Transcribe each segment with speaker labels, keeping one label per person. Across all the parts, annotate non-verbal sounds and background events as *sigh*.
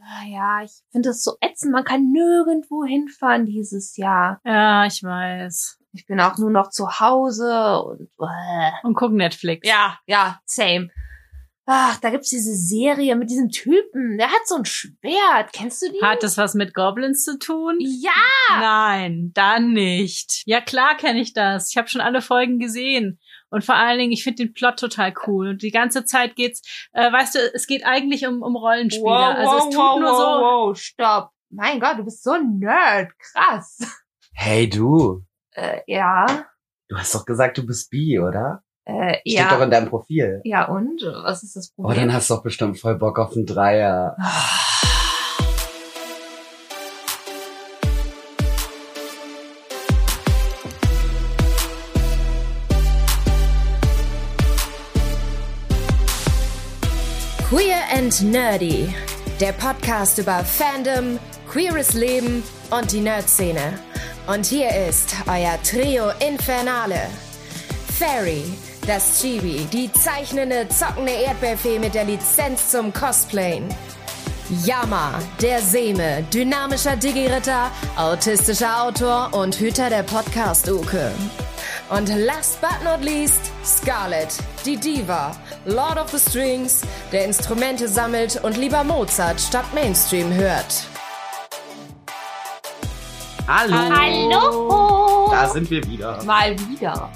Speaker 1: Ah ja, ich finde das so ätzend. Man kann nirgendwo hinfahren dieses Jahr.
Speaker 2: Ja, ich weiß.
Speaker 1: Ich bin auch nur noch zu Hause und äh.
Speaker 2: Und guck Netflix.
Speaker 1: ja, ja, same. Ach, da gibt's diese Serie mit diesem Typen. Der hat so ein Schwert. Kennst du die?
Speaker 2: Hat das was mit Goblins zu tun?
Speaker 1: Ja,
Speaker 2: Nein, dann nicht. Ja, klar kenne ich das. Ich habe schon alle Folgen gesehen. Und vor allen Dingen, ich finde den Plot total cool. Und die ganze Zeit geht's, äh, weißt du, es geht eigentlich um, um Rollenspieler. also es tut nur so.
Speaker 1: wow, stopp. Mein Gott, du bist so ein Nerd. Krass. *laughs*
Speaker 3: Hey du,
Speaker 1: Äh, ja,
Speaker 3: du hast doch gesagt, du bist bi, oder?
Speaker 1: äh,
Speaker 3: Steht
Speaker 1: ja. Mhm.
Speaker 3: doch in deinem Profil.
Speaker 1: ja, und? Was ist das
Speaker 3: Oh, dann
Speaker 1: Problem?
Speaker 3: hast du doch bestimmt voll Bock auf einen Dreier.
Speaker 4: Queer and Nerdy, der Podcast über Fandom, queeres Leben und die Nerdszene. Und hier ist euer Trio Infernale. Fairy, das Chibi, die zeichnende, zockende Erdbeerfee mit der Lizenz zum Cosplayen. Yama, der Seme, dynamischer Digi-Ritter, autistischer Autor und Hüter der Podcast-Uke. Und last but not least, Scarlett, die Diva, Lord of the Strings, der Instrumente sammelt und lieber Mozart statt Mainstream hört.
Speaker 3: Hallo.
Speaker 1: Hallo.
Speaker 3: Da sind wir wieder.
Speaker 1: Mal wieder.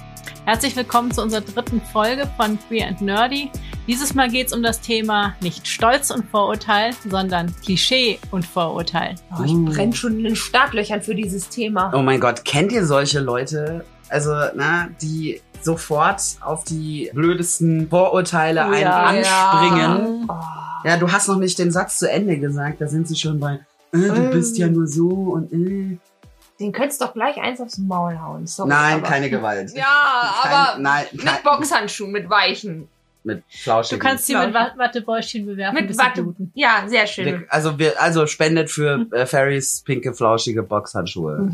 Speaker 2: Herzlich willkommen zu unserer dritten Folge von Queer and Nerdy. Dieses Mal geht's um das Thema nicht Stolz und Vorurteil, sondern Klischee und Vorurteil.
Speaker 1: Oh, ich
Speaker 3: Uh.
Speaker 1: brenne schon in den Startlöchern für dieses Thema.
Speaker 3: Oh mein Gott, kennt ihr solche Leute? Also, na, die sofort auf die blödesten Vorurteile ein
Speaker 2: Ja.
Speaker 3: anspringen.
Speaker 1: Oh.
Speaker 3: Ja, du hast noch nicht den Satz zu Ende gesagt, da sind sie schon bei, äh, du
Speaker 1: Ähm.
Speaker 3: bist ja nur so und äh.
Speaker 1: Den könntest du doch gleich eins aufs Maul hauen. Sorry,
Speaker 3: Nein,
Speaker 1: aber-
Speaker 3: keine Gewalt.
Speaker 1: Ja,
Speaker 3: Kein-
Speaker 1: aber
Speaker 3: nein,
Speaker 1: mit
Speaker 3: kein-
Speaker 1: Boxhandschuhen, mit Weichen.
Speaker 3: mit
Speaker 2: Du
Speaker 3: flauschigen.
Speaker 2: kannst sie
Speaker 1: Ja.
Speaker 2: mit Wa- Wattebäuschen bewerfen.
Speaker 1: Mit
Speaker 2: bis sie
Speaker 1: Watte.
Speaker 2: bluten.
Speaker 1: Ja, sehr
Speaker 3: Wir,
Speaker 1: schön.
Speaker 3: also wir, also spendet für
Speaker 2: Hm.
Speaker 3: äh, Ferrys pinke flauschige Boxhandschuhe.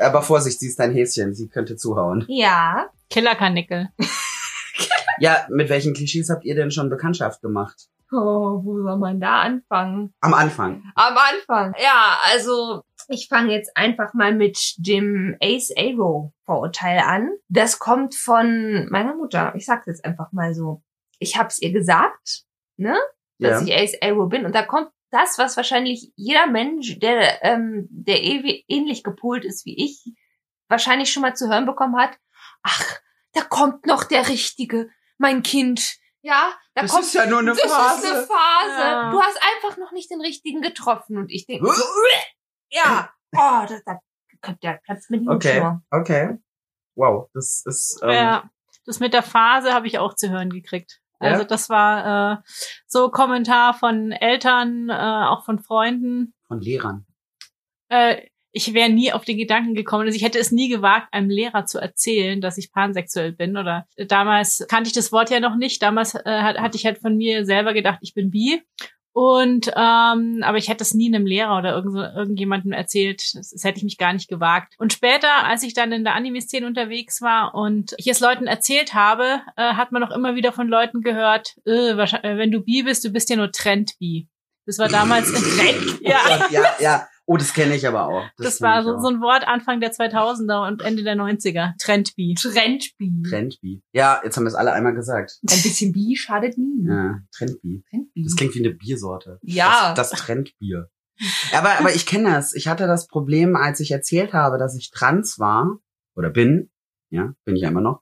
Speaker 3: Aber Vorsicht, sie ist ein Häschen, sie könnte zuhauen.
Speaker 1: *laughs* ja.
Speaker 2: Killerkanickel.
Speaker 3: Ja, mit welchen Klischees habt ihr denn schon Bekanntschaft gemacht?
Speaker 1: Oh, wo soll man da anfangen?
Speaker 3: Am Anfang.
Speaker 1: Am Anfang. Ja, also ich fange jetzt einfach mal mit dem Ace Arrow Vorurteil an. Das kommt von meiner Mutter. Ich sag's jetzt einfach mal so. Ich hab's ihr gesagt, dass
Speaker 3: Ja.
Speaker 1: ich Ace Arrow bin und da kommt das, was wahrscheinlich jeder Mensch, der ähm, der ewi- ähnlich gepolt ist wie ich, wahrscheinlich schon mal zu hören bekommen hat. Ach, da kommt noch der richtige, mein Kind. Ja, da kommt
Speaker 3: ja nur eine
Speaker 1: das ist eine Phase.
Speaker 2: Ja.
Speaker 1: Du hast einfach noch nicht den richtigen getroffen. Und ich denke, so, ja, oh, das, das könnte ja Platz mit
Speaker 3: Okay.
Speaker 1: Hutschnur.
Speaker 3: Okay. Wow, das ist. Ähm,
Speaker 2: Ja, das mit der Phase habe ich auch zu hören gekriegt. Also
Speaker 3: Ja?
Speaker 2: das war äh, so Kommentar von Eltern, äh, auch von Freunden.
Speaker 3: Von Lehrern.
Speaker 2: Äh, ich wäre nie auf den Gedanken gekommen, also ich hätte es nie gewagt, einem Lehrer zu erzählen, dass ich pansexuell bin. Oder äh, damals kannte ich das Wort ja noch nicht. Damals äh, hat, hatte ich halt von mir selber gedacht, ich bin bi. Und ähm, aber ich hätte es nie einem Lehrer oder irgend, irgendjemandem erzählt. Das, das hätte ich mich gar nicht gewagt. Und später, als ich dann in der Anime-Szene unterwegs war und ich es Leuten erzählt habe, äh, hat man auch immer wieder von Leuten gehört, äh, wahrscheinlich- äh, wenn du bi bist, du bist ja nur Trend-Bi. Das war
Speaker 3: *laughs*
Speaker 2: damals ja.
Speaker 3: Oh Gott, ja, ja. Oh, das kenne ich aber auch.
Speaker 2: Das,
Speaker 3: kenn
Speaker 2: war
Speaker 3: ich
Speaker 2: so,
Speaker 3: auch.
Speaker 2: so ein Wort Anfang der 2000er und Ende der 90er. Trendbi.
Speaker 1: Trendbi.
Speaker 3: Trendbi. Ja, jetzt haben wir es alle einmal gesagt.
Speaker 1: Ein bisschen Bi schadet nie.
Speaker 2: Mhm.
Speaker 3: Ja, Trendbi.
Speaker 1: Trendbi.
Speaker 3: Das klingt wie eine Biersorte.
Speaker 1: ja.
Speaker 3: Das, das Trendbier. Aber, aber ich kenne das. Ich hatte das Problem, als ich erzählt habe, dass ich trans war oder bin. Ja, bin ich ja immer noch.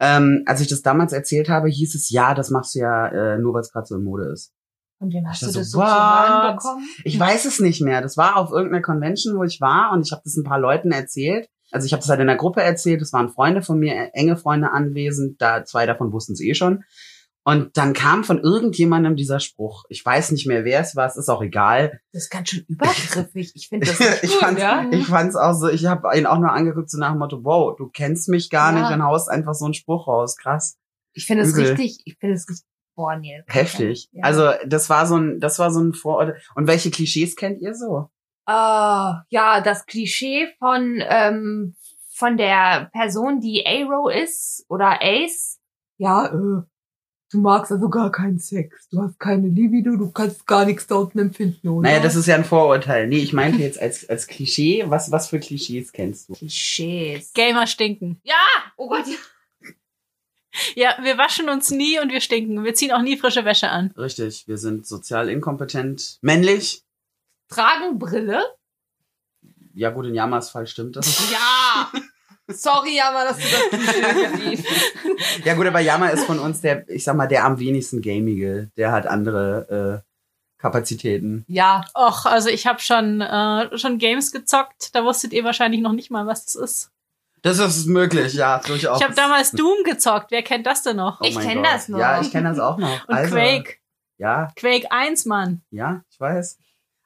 Speaker 3: Ähm, als ich das damals erzählt habe, hieß es, ja, das machst du ja äh, nur, weil es gerade so in Mode ist.
Speaker 1: Und wem hast du
Speaker 3: Das
Speaker 1: das
Speaker 3: ist
Speaker 1: so zu hören
Speaker 3: what?
Speaker 1: bekommen?
Speaker 3: Ich weiß es nicht mehr. Das war auf irgendeiner Convention, wo ich war und ich habe das ein paar Leuten erzählt. Also ich habe das halt in der Gruppe erzählt. Es waren Freunde von mir, äh, enge Freunde anwesend. Da zwei davon wussten es eh schon. Und dann kam von irgendjemandem dieser Spruch. Ich weiß nicht mehr, wer es war. Es ist auch egal.
Speaker 1: Das ist ganz schön übergriffig. Ich finde das nicht
Speaker 3: *laughs* ich
Speaker 1: cool,
Speaker 3: fand's,
Speaker 1: ja?
Speaker 3: ich fand's auch so. Ich habe ihn auch nur angeguckt so nach dem Motto: Wow, du kennst mich gar
Speaker 1: Ja.
Speaker 3: nicht und haust einfach so einen Spruch raus. Krass.
Speaker 1: Ich finde es
Speaker 3: übel.
Speaker 1: richtig, ich finde es richtig, boah, nee.
Speaker 3: Heftig.
Speaker 1: Ja.
Speaker 3: Also das war so ein, das war so ein Vorurteil. Und welche Klischees kennt ihr so?
Speaker 1: Ah, ja, das Klischee von, ähm, von der Person, die Arrow ist oder Ace. Ja, äh,
Speaker 5: Du magst also gar keinen Sex. Du hast keine Libido, du kannst gar nichts da unten empfinden, oder?
Speaker 3: Naja, das ist ja ein Vorurteil. Nee, ich meinte jetzt als, als Klischee, was, was für Klischees kennst du?
Speaker 1: Klischees.
Speaker 2: Gamer stinken.
Speaker 1: Ja! Oh Gott, ja.
Speaker 2: Ja, wir waschen uns nie und wir stinken. Wir ziehen auch nie frische Wäsche an.
Speaker 3: Richtig, wir sind sozial inkompetent, männlich.
Speaker 1: Tragen Brille?
Speaker 3: Ja gut, in Yamas Fall stimmt das.
Speaker 1: Ja! Sorry, Jama, dass du das nicht
Speaker 3: *laughs* ja gut, aber Yama ist von uns der, ich sag mal, der am wenigsten gamige. Der hat andere äh, Kapazitäten.
Speaker 1: Ja,
Speaker 2: Och, also ich habe schon, äh, schon Games gezockt. Da wusstet ihr wahrscheinlich noch nicht mal, was das ist.
Speaker 3: Das ist möglich, ja, durchaus.
Speaker 2: Ich habe damals Doom gezockt. Wer kennt das denn noch?
Speaker 3: Oh
Speaker 1: Ich
Speaker 3: mein
Speaker 1: kenn
Speaker 3: Gott.
Speaker 1: das noch.
Speaker 3: Ja, ich kenne das auch noch.
Speaker 2: Und
Speaker 3: Also,
Speaker 2: Quake.
Speaker 3: Ja,
Speaker 2: Quake 1, Mann.
Speaker 3: ja, ich weiß.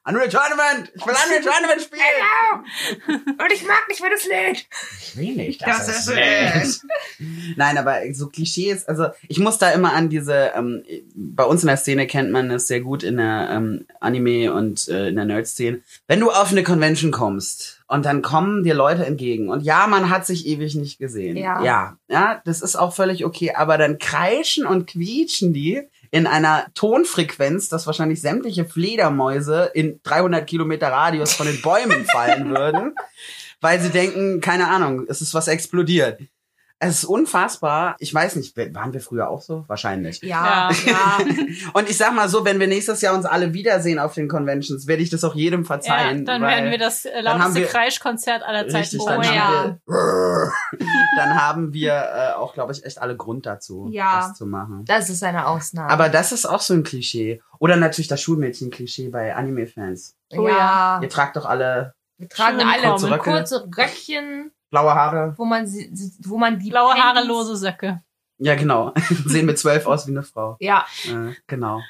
Speaker 3: Unreal Tournament! Ich will Unreal Tournament spielen!
Speaker 1: Und ich mag nicht mehr das Lied.
Speaker 3: Ich will nicht,
Speaker 1: dass Das es ist wird.
Speaker 3: Nein, aber so Klischees, also ich muss da immer an diese, ähm, bei uns in der Szene kennt man das sehr gut in der ähm, Anime und äh, in der Nerd-Szene. Wenn du auf eine Convention kommst und dann kommen dir Leute entgegen und ja, man hat sich ewig nicht gesehen.
Speaker 1: Ja.
Speaker 3: Ja, ja das ist auch völlig okay, aber dann kreischen und quietschen die in einer Tonfrequenz, dass wahrscheinlich sämtliche Fledermäuse in 300 Kilometer Radius von den
Speaker 1: *laughs*
Speaker 3: Bäumen fallen würden, weil sie denken, keine Ahnung, es ist was explodiert. Es ist unfassbar. Ich weiß nicht, waren wir früher auch so? Wahrscheinlich.
Speaker 1: Ja, ja.
Speaker 3: Und ich sag mal so, wenn wir nächstes Jahr uns alle wiedersehen auf den Conventions, werde ich das auch jedem verzeihen.
Speaker 2: ja, dann
Speaker 3: weil-
Speaker 2: werden wir das äh,
Speaker 3: dann haben
Speaker 2: lauteste
Speaker 3: wir-
Speaker 2: Kreischkonzert aller Zeiten.
Speaker 3: Richtig,
Speaker 2: Oh
Speaker 3: dann,
Speaker 1: ja.
Speaker 3: haben wir, *laughs* dann haben wir äh, auch, glaube ich, echt alle Grund dazu,
Speaker 1: Ja.
Speaker 3: das zu machen.
Speaker 1: Das ist eine Ausnahme.
Speaker 3: Aber das ist auch so ein Klischee. Oder natürlich das Schulmädchen-Klischee bei Anime-Fans.
Speaker 2: Oh
Speaker 1: ja,
Speaker 3: Ihr tragt doch alle
Speaker 1: wir tragen
Speaker 2: Schön
Speaker 1: alle
Speaker 3: kurze Röcke.
Speaker 1: kurze Röckchen,
Speaker 3: blaue Haare.
Speaker 1: wo man, sie, sie- wo man die
Speaker 2: Blaue
Speaker 1: Panties-
Speaker 2: Haare, lose Söcke.
Speaker 3: Ja, genau. *laughs* Sehen mit zwölf aus wie eine Frau.
Speaker 1: Ja,
Speaker 3: Äh, genau.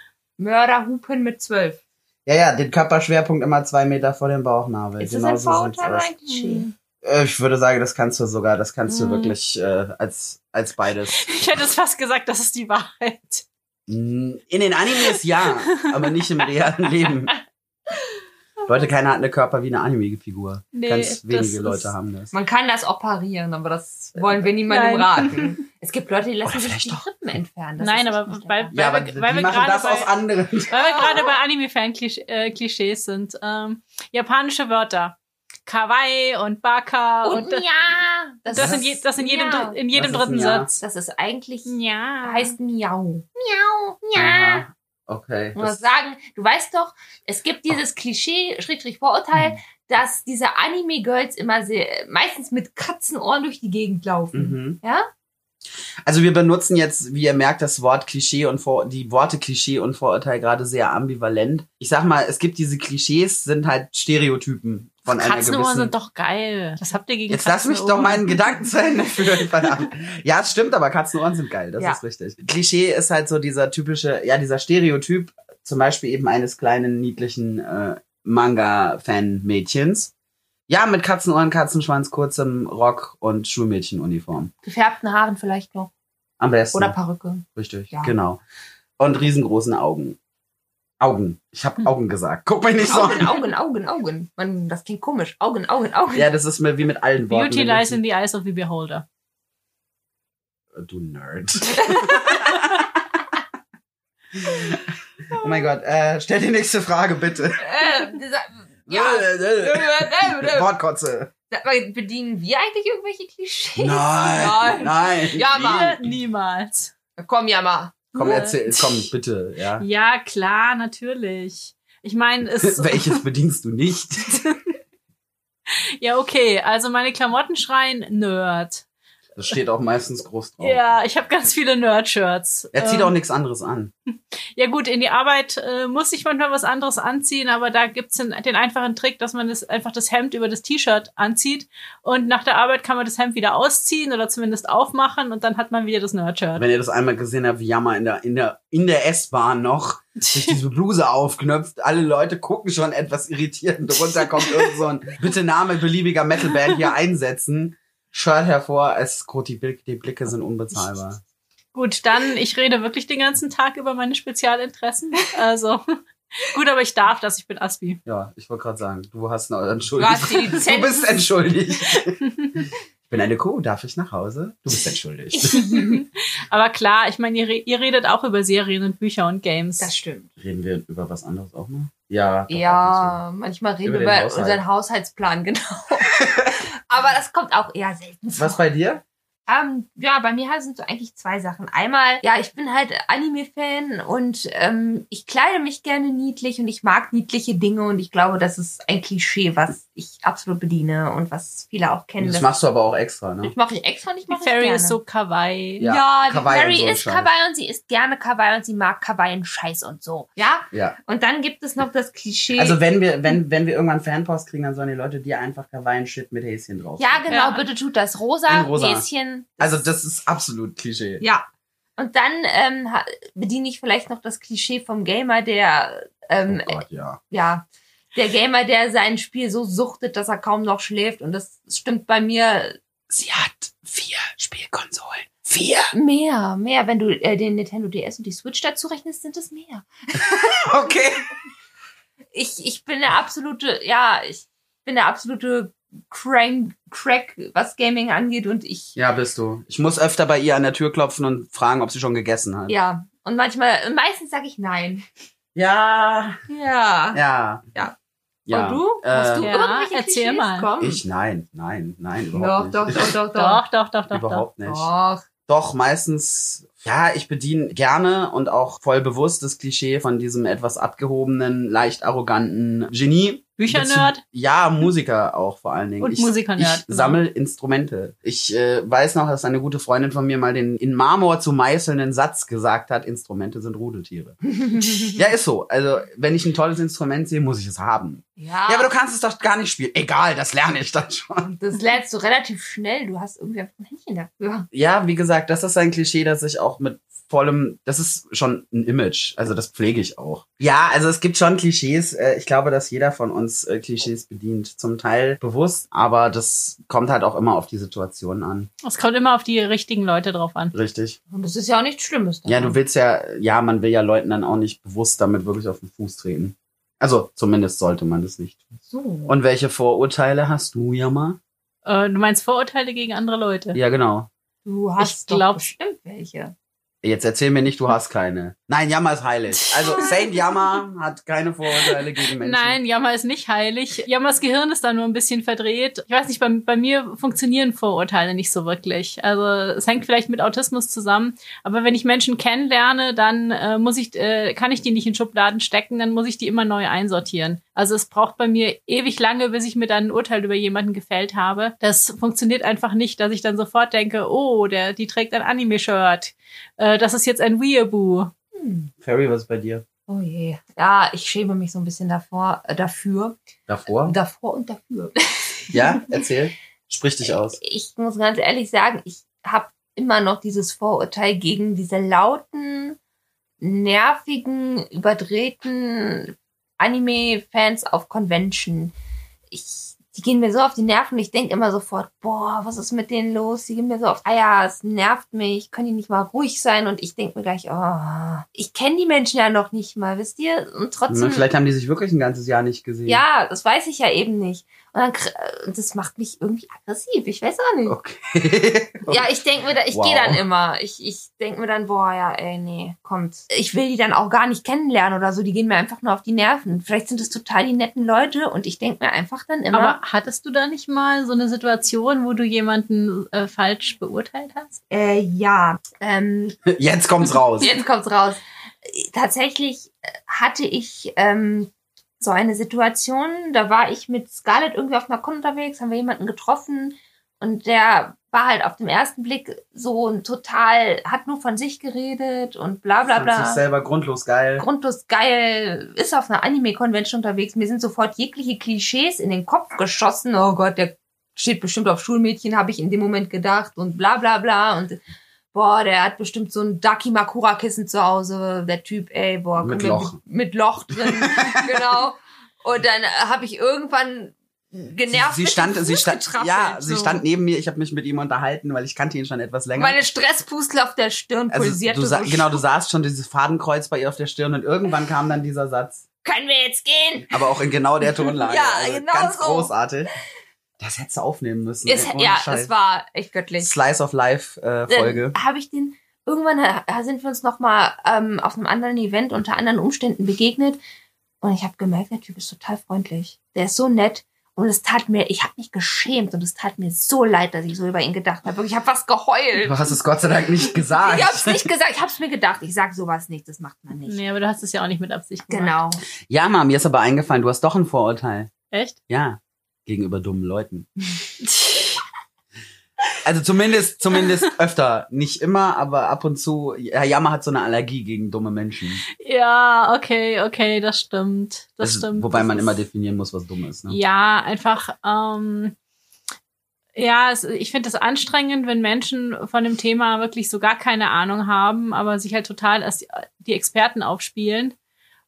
Speaker 1: Mörderhupen mit zwölf.
Speaker 3: Ja, ja, den Körperschwerpunkt immer zwei Meter vor dem Bauchnabel.
Speaker 1: Ist das
Speaker 3: Genau
Speaker 1: ein
Speaker 3: so sieht's
Speaker 1: Vorurteil
Speaker 3: aus.
Speaker 1: oder ein Klischee?
Speaker 3: Äh, Ich würde sagen, das kannst du sogar, das kannst du
Speaker 2: Mm.
Speaker 3: wirklich äh, als, als beides.
Speaker 2: Ich hätte es fast gesagt, das ist die Wahrheit.
Speaker 3: Mm, In den Animes ja, aber nicht im realen
Speaker 2: *laughs*
Speaker 3: Leben. Leute, keiner hat einen Körper wie eine Anime-Figur.
Speaker 2: Nee,
Speaker 3: Ganz wenige
Speaker 2: das
Speaker 3: Leute
Speaker 2: ist-
Speaker 3: haben das.
Speaker 1: Man kann das operieren, aber das wollen wir niemandem
Speaker 2: Nein.
Speaker 1: raten.
Speaker 2: *laughs*
Speaker 1: Es gibt Leute, die
Speaker 3: Oder
Speaker 1: lassen sich
Speaker 3: Oh, vielleicht
Speaker 1: die
Speaker 3: doch-
Speaker 1: Rippen entfernen. Das
Speaker 2: Nein,
Speaker 1: ist
Speaker 2: aber
Speaker 1: nicht der
Speaker 2: weil,
Speaker 1: Fall.
Speaker 2: weil,
Speaker 3: Ja, aber
Speaker 2: wir,
Speaker 3: die
Speaker 2: weil wir
Speaker 3: machen
Speaker 2: gerade
Speaker 3: das
Speaker 2: bei,
Speaker 3: aus anderen.
Speaker 2: weil wir gerade bei Anime-Fan-Klischees sind. Ähm, japanische Wörter. Kawaii und Baka und,
Speaker 1: Und ja,
Speaker 2: das, in, je, das in jedem,
Speaker 1: ja.
Speaker 2: dr- in jedem
Speaker 3: Das ist
Speaker 2: dritten
Speaker 3: ein Ja.
Speaker 2: Satz.
Speaker 1: Das ist eigentlich
Speaker 2: Ja.
Speaker 1: heißt Miau. Miau, ja.
Speaker 3: Aha, Okay.
Speaker 1: Und das
Speaker 3: Das,
Speaker 1: sagen, du weißt doch, es gibt dieses Klischee, Schrägstrich
Speaker 3: Hm.
Speaker 1: Vorurteil, dass diese Anime-Girls immer sehr, meistens mit Katzenohren durch die Gegend laufen.
Speaker 3: mhm.
Speaker 1: Ja?
Speaker 3: Also wir benutzen jetzt, wie ihr merkt, das Wort Klischee und Vor die Worte Klischee und Vorurteil gerade sehr ambivalent. Ich sag mal, es gibt diese Klischees, sind halt Stereotypen von einer
Speaker 2: Katzenohren
Speaker 3: gewissen
Speaker 2: sind doch geil. Was habt ihr gegen
Speaker 3: Jetzt lass mich doch
Speaker 2: Katzenohren?
Speaker 3: meinen Gedanken zu Ende führen, verdammt. Ja, es stimmt, aber Katzenohren sind geil, das
Speaker 1: Ja.
Speaker 3: ist richtig. Klischee ist halt so dieser typische, ja, dieser Stereotyp, zum Beispiel eben eines kleinen, niedlichen äh, Manga-Fan-Mädchens. Ja, mit Katzenohren, Katzenschwanz, kurzem Rock und Schulmädchenuniform.
Speaker 1: Gefärbten Haaren vielleicht noch.
Speaker 3: Am besten.
Speaker 1: Oder Perücke.
Speaker 3: richtig,
Speaker 1: ja.
Speaker 3: genau. Und riesengroßen Augen. Augen. Ich habe Augen gesagt. Guck mich nicht so
Speaker 1: Augen,
Speaker 3: an.
Speaker 1: Augen, Augen, Augen. Man, das klingt komisch. Augen, Augen, Augen.
Speaker 3: Ja, das ist mir wie mit allen Worten.
Speaker 2: Beauty lies in the eyes of the beholder.
Speaker 3: Du Nerd. oh mein Gott, äh, stell die nächste Frage bitte.
Speaker 1: Äh, dieser,
Speaker 3: *laughs*
Speaker 1: ja.
Speaker 3: Äh, Wortkotze.
Speaker 1: Sag mal, Bedienen wir eigentlich irgendwelche Klischees?
Speaker 3: äh. Nein, nein.
Speaker 1: Ja, Mann.
Speaker 2: Wir niemals.
Speaker 1: Komm, ja mal.
Speaker 3: Komm, erzähl, komm, bitte, ja.
Speaker 2: Ja, klar, natürlich. Ich meine, es
Speaker 3: *laughs* Welches bedienst du nicht?
Speaker 2: ja okay. Also meine Klamotten schreien Nerd.
Speaker 3: Das steht auch meistens groß drauf.
Speaker 2: Ja, ich habe ganz viele Nerd-Shirts.
Speaker 3: Oh. Er zieht
Speaker 2: Ähm,
Speaker 3: auch nichts anderes an.
Speaker 2: Ja gut, in die Arbeit äh, muss ich manchmal was anderes anziehen, aber da gibt's den, den einfachen Trick, dass man das, einfach das Hemd über das T-Shirt anzieht und nach der Arbeit kann man das Hemd wieder ausziehen oder zumindest aufmachen und dann hat man wieder das Nerd-Shirt.
Speaker 3: Also Wenn ihr das einmal gesehen habt, wie Jammer in der, in der, in der S-Bahn noch
Speaker 1: *laughs*
Speaker 3: sich diese Bluse aufknöpft, alle Leute gucken schon etwas irritiert und drunter kommt
Speaker 1: *laughs*
Speaker 3: irgend so ein bitte Name beliebiger Metalband hier einsetzen. Shirt hervor, es gut, die, Blick, die Blicke sind unbezahlbar.
Speaker 2: Gut, dann, ich rede wirklich den ganzen Tag über meine Spezialinteressen. *laughs* Also gut, aber ich darf das, ich bin Aspi.
Speaker 3: Ja, ich wollte gerade sagen, *laughs* du hast eine
Speaker 1: Du
Speaker 3: Entschuldigung.
Speaker 1: hast die *laughs*
Speaker 3: Du
Speaker 1: Lizenz.
Speaker 3: bist entschuldigt. Ich bin eine Kuh, darf ich nach Hause? Du bist entschuldigt.
Speaker 1: *laughs*
Speaker 2: Aber klar, ich meine, ihr, re- ihr redet auch über Serien und Bücher und Games.
Speaker 1: Das stimmt.
Speaker 3: Reden wir über was anderes auch mal? Ja. doch, ab und
Speaker 1: Ja, manchmal reden wir
Speaker 3: Über den
Speaker 1: über
Speaker 3: Haushalt.
Speaker 1: unseren Haushaltsplan, *laughs* genau. Aber das kommt auch eher selten
Speaker 3: zu.
Speaker 1: vor.
Speaker 3: Was bei dir?
Speaker 1: Ähm, ja, bei mir sind so eigentlich zwei Sachen. Einmal, ja, ich bin halt Anime-Fan und ähm, ich kleide mich gerne niedlich und ich mag niedliche Dinge und ich glaube, das ist ein Klischee, was ich absolut bediene und was viele auch kennen.
Speaker 3: Das machst du aber auch extra, ne?
Speaker 1: Das mache ich extra nicht,
Speaker 2: Die
Speaker 1: mache ich
Speaker 2: Fairy
Speaker 1: gerne.
Speaker 2: ist so kawaii.
Speaker 3: Ja,
Speaker 1: ja, die
Speaker 3: Kawaii und
Speaker 1: Mary
Speaker 3: so ein
Speaker 1: ist
Speaker 3: Scheiß.
Speaker 1: Kawaii und sie ist gerne Kawaii und sie mag Kawaii und Scheiß und so. Ja,
Speaker 3: Ja.
Speaker 1: und dann gibt es noch das Klischee.
Speaker 3: Also wenn wir, wenn, wenn wir irgendwann Fanpost kriegen, dann sollen die Leute dir einfach Kawaii-Shit mit Häschen drauf.
Speaker 1: ja, genau,
Speaker 2: Ja.
Speaker 1: bitte tut das. Rosa,
Speaker 3: In rosa.
Speaker 1: Häschen,
Speaker 3: Also das ist absolut Klischee.
Speaker 1: Ja. Und dann ähm, ha- bediene ich vielleicht noch das Klischee vom Gamer, der ähm,
Speaker 3: Oh Gott, ja.
Speaker 1: ja, der Gamer, der sein Spiel so suchtet, dass er kaum noch schläft. Und das stimmt bei mir
Speaker 3: Sie hat vier Spielkonsolen. Vier?
Speaker 1: mehr, mehr. Wenn du äh, den Nintendo DS und die Switch dazu rechnest, sind es mehr.
Speaker 3: *laughs* Okay.
Speaker 1: Ich, ich bin der absolute, ja, ich bin der absolute Crank, Crack, was Gaming angeht. Und ich,
Speaker 3: Ja, bist du. Ich muss öfter bei ihr an der Tür klopfen und fragen, ob sie schon gegessen hat.
Speaker 1: ja. Und manchmal, meistens sage ich nein.
Speaker 3: Ja.
Speaker 1: Ja.
Speaker 3: Ja.
Speaker 1: Ja.
Speaker 3: Ja.
Speaker 1: Und du? Hast du
Speaker 2: Äh,
Speaker 1: irgendwelche
Speaker 2: Ja, erzähl
Speaker 1: Klischees?
Speaker 2: mal.
Speaker 1: Komm.
Speaker 3: Ich nein, nein, nein,
Speaker 1: doch,
Speaker 3: überhaupt
Speaker 1: doch,
Speaker 3: nicht.
Speaker 1: doch, doch, doch.
Speaker 2: Doch, doch, doch, doch. doch.
Speaker 3: überhaupt nicht.
Speaker 1: Doch.
Speaker 3: Doch, meistens, ja, ich bediene gerne und auch voll bewusst das Klischee von diesem etwas abgehobenen, leicht arroganten Genie.
Speaker 2: Büchernerd?
Speaker 3: Dazu- Ja, Musiker auch vor allen Dingen.
Speaker 2: Und
Speaker 3: ich,
Speaker 2: Musikernerd,
Speaker 3: Ich
Speaker 2: genau.
Speaker 3: sammel Instrumente. Ich äh, weiß noch, dass eine gute Freundin von mir mal den in Marmor zu meißelnden Satz gesagt hat, Instrumente sind
Speaker 2: *laughs*
Speaker 3: Rudeltiere. ja, ist so. Also, wenn ich ein tolles Instrument sehe, muss ich es haben.
Speaker 1: Ja,
Speaker 3: Ja, aber du kannst es doch gar nicht spielen. Egal, das lerne ich dann schon.
Speaker 1: das lernst du relativ schnell. Du hast irgendwie einfach ein Händchen dafür.
Speaker 3: ja, wie gesagt, das ist ein Klischee, das ich auch mit vollem, das ist schon ein Image, also das pflege ich auch. Ja, also es gibt schon Klischees. äh, Ich glaube, dass jeder von uns äh, Klischees bedient, zum Teil bewusst, aber das kommt halt auch immer auf die Situation an,
Speaker 2: Es kommt immer auf die richtigen Leute drauf an.
Speaker 3: richtig?
Speaker 1: Und das ist ja auch nichts Schlimmes.
Speaker 3: Ja,
Speaker 1: daran.
Speaker 3: du willst ja, ja, man will ja Leuten dann auch nicht bewusst damit wirklich auf den Fuß treten. Also zumindest sollte man das nicht.
Speaker 1: So.
Speaker 3: Und welche Vorurteile hast du, Jammer?
Speaker 2: Äh, du meinst Vorurteile gegen andere Leute?
Speaker 3: Ja, genau.
Speaker 1: du
Speaker 2: Ich
Speaker 1: hast doch
Speaker 2: glaub-
Speaker 1: bestimmt welche.
Speaker 3: Jetzt erzähl mir nicht, du hast keine. Nein, Jammer ist heilig. Also Saint Jammer hat keine Vorurteile gegen Menschen.
Speaker 2: Nein, Jammer ist nicht heilig. Jammers Gehirn ist da nur ein bisschen verdreht. Ich weiß nicht, bei, bei mir funktionieren Vorurteile nicht so wirklich. Also es hängt vielleicht mit Autismus zusammen. Aber wenn ich Menschen kennenlerne, dann äh, muss ich, äh, kann ich die nicht in Schubladen stecken, dann muss ich die immer neu einsortieren. Also es braucht bei mir ewig lange, bis ich mir dann ein Urteil über jemanden gefällt habe. Das funktioniert einfach nicht, dass ich dann sofort denke, oh, der, die trägt ein Anime-Shirt. Äh, das ist jetzt ein Weeaboo.
Speaker 1: Hm.
Speaker 3: Ferry, was ist bei dir?
Speaker 1: Oh je. Ja, ich schäme mich so ein bisschen davor, äh, dafür.
Speaker 3: Davor?
Speaker 1: Davor und dafür.
Speaker 3: Ja, erzähl. Sprich dich aus.
Speaker 1: Ich muss ganz ehrlich sagen, ich habe immer noch dieses Vorurteil gegen diese lauten, nervigen, überdrehten Anime-Fans auf Convention. Ich, die gehen mir so auf die Nerven. Ich denk immer sofort, boah, was ist mit denen los? Die gehen mir so auf Eier, es nervt mich. Können die nicht mal ruhig sein? Und ich denk mir gleich, oh, ich kenne die Menschen ja noch nicht mal, wisst ihr? Und trotzdem...
Speaker 3: Vielleicht haben die sich wirklich ein ganzes Jahr nicht gesehen.
Speaker 1: Ja, das weiß ich ja eben nicht. Und dann, kr- äh, das macht mich irgendwie aggressiv. Ich weiß auch nicht.
Speaker 3: Okay.
Speaker 1: Ja, ich denk mir, da, ich
Speaker 3: Wow.
Speaker 1: gehe dann immer. Ich, ich denk mir dann, boah, ja, ey, nee, kommt. Ich will die dann auch gar nicht kennenlernen oder so. Die gehen mir einfach nur auf die Nerven. Vielleicht sind es total die netten Leute und ich denk mir einfach dann immer.
Speaker 2: Aber hattest du da nicht mal so eine Situation, wo du jemanden äh, falsch beurteilt hast?
Speaker 1: äh, ja, ähm,
Speaker 3: *laughs* Jetzt kommt's raus.
Speaker 1: Jetzt kommt's raus. Tatsächlich äh, hatte ich ähm, so eine Situation, da war ich mit Scarlett irgendwie auf einer Con unterwegs, haben wir jemanden getroffen und der war halt auf dem ersten Blick so ein total, hat nur von sich geredet und bla bla
Speaker 3: Fand sich
Speaker 1: bla.
Speaker 3: selber grundlos geil.
Speaker 1: Grundlos geil, ist auf einer Anime-Convention unterwegs. Mir sind sofort jegliche Klischees in den Kopf geschossen. Oh Gott, der steht bestimmt auf Schulmädchen, habe ich in dem Moment gedacht und bla bla bla. Und boah, der hat bestimmt so ein Daki Makura-Kissen zu Hause, der Typ, ey, boah, komm,
Speaker 3: Mit
Speaker 1: der-
Speaker 3: Loch.
Speaker 1: mit Loch
Speaker 3: *laughs*
Speaker 1: drin. genau. Und dann habe ich irgendwann genervt.
Speaker 3: sie
Speaker 1: mit
Speaker 3: stand,
Speaker 1: dem
Speaker 3: sie
Speaker 1: Fuß
Speaker 3: stand,
Speaker 1: getrappelt,
Speaker 3: ja,
Speaker 1: so.
Speaker 3: sie stand neben mir. Ich habe mich mit ihm unterhalten, weil ich kannte ihn schon etwas länger.
Speaker 1: Meine Stresspustel auf der Stirn pulsierte.
Speaker 3: du sa-
Speaker 1: so.
Speaker 3: genau, du sahst schon dieses Fadenkreuz bei ihr auf der Stirn und irgendwann kam dann dieser Satz.
Speaker 1: Können wir jetzt gehen?
Speaker 3: *laughs* Aber auch in genau der Tonlage.
Speaker 1: Ja,
Speaker 3: also
Speaker 1: genau
Speaker 3: Ganz
Speaker 1: so.
Speaker 3: großartig. Das hättest du aufnehmen müssen.
Speaker 1: Es,
Speaker 3: ey, ohne
Speaker 1: ja,
Speaker 3: Scheiß.
Speaker 1: es war echt göttlich.
Speaker 3: Slice of Life äh, Folge.
Speaker 1: Dann habe ich den irgendwann äh, sind wir uns noch mal ähm, auf einem anderen Event unter anderen Umständen begegnet und ich habe gemerkt, der Typ ist total freundlich. Der ist so nett und es tat mir, ich habe mich geschämt und es tat mir so leid, dass ich so über ihn gedacht habe. Ich habe fast geheult.
Speaker 3: Du hast es Gott sei Dank nicht gesagt.
Speaker 1: Ich habe es nicht gesagt, ich habe es mir gedacht. Ich sage sowas nicht, das macht man nicht.
Speaker 2: Nee, aber du hast es ja auch nicht mit Absicht gemacht.
Speaker 1: Genau.
Speaker 3: Ja, Mom, mir ist aber eingefallen, du hast doch ein Vorurteil.
Speaker 2: Echt?
Speaker 3: Ja, gegenüber dummen Leuten. Also
Speaker 2: *laughs*
Speaker 3: zumindest, zumindest öfter. Nicht immer, aber ab und zu. Ja, Yama hat so eine Allergie gegen dumme Menschen.
Speaker 2: Ja, okay, okay, das stimmt. Das,
Speaker 3: ist-
Speaker 2: stimmt.
Speaker 3: Wobei
Speaker 2: das
Speaker 3: man
Speaker 2: ist-
Speaker 3: immer definieren muss, was dumm ist. Ne?
Speaker 2: Ja, einfach. Ähm, ja, es, ich finde es anstrengend, wenn Menschen von dem Thema wirklich so gar keine Ahnung haben, aber sich halt total als die, die Experten aufspielen.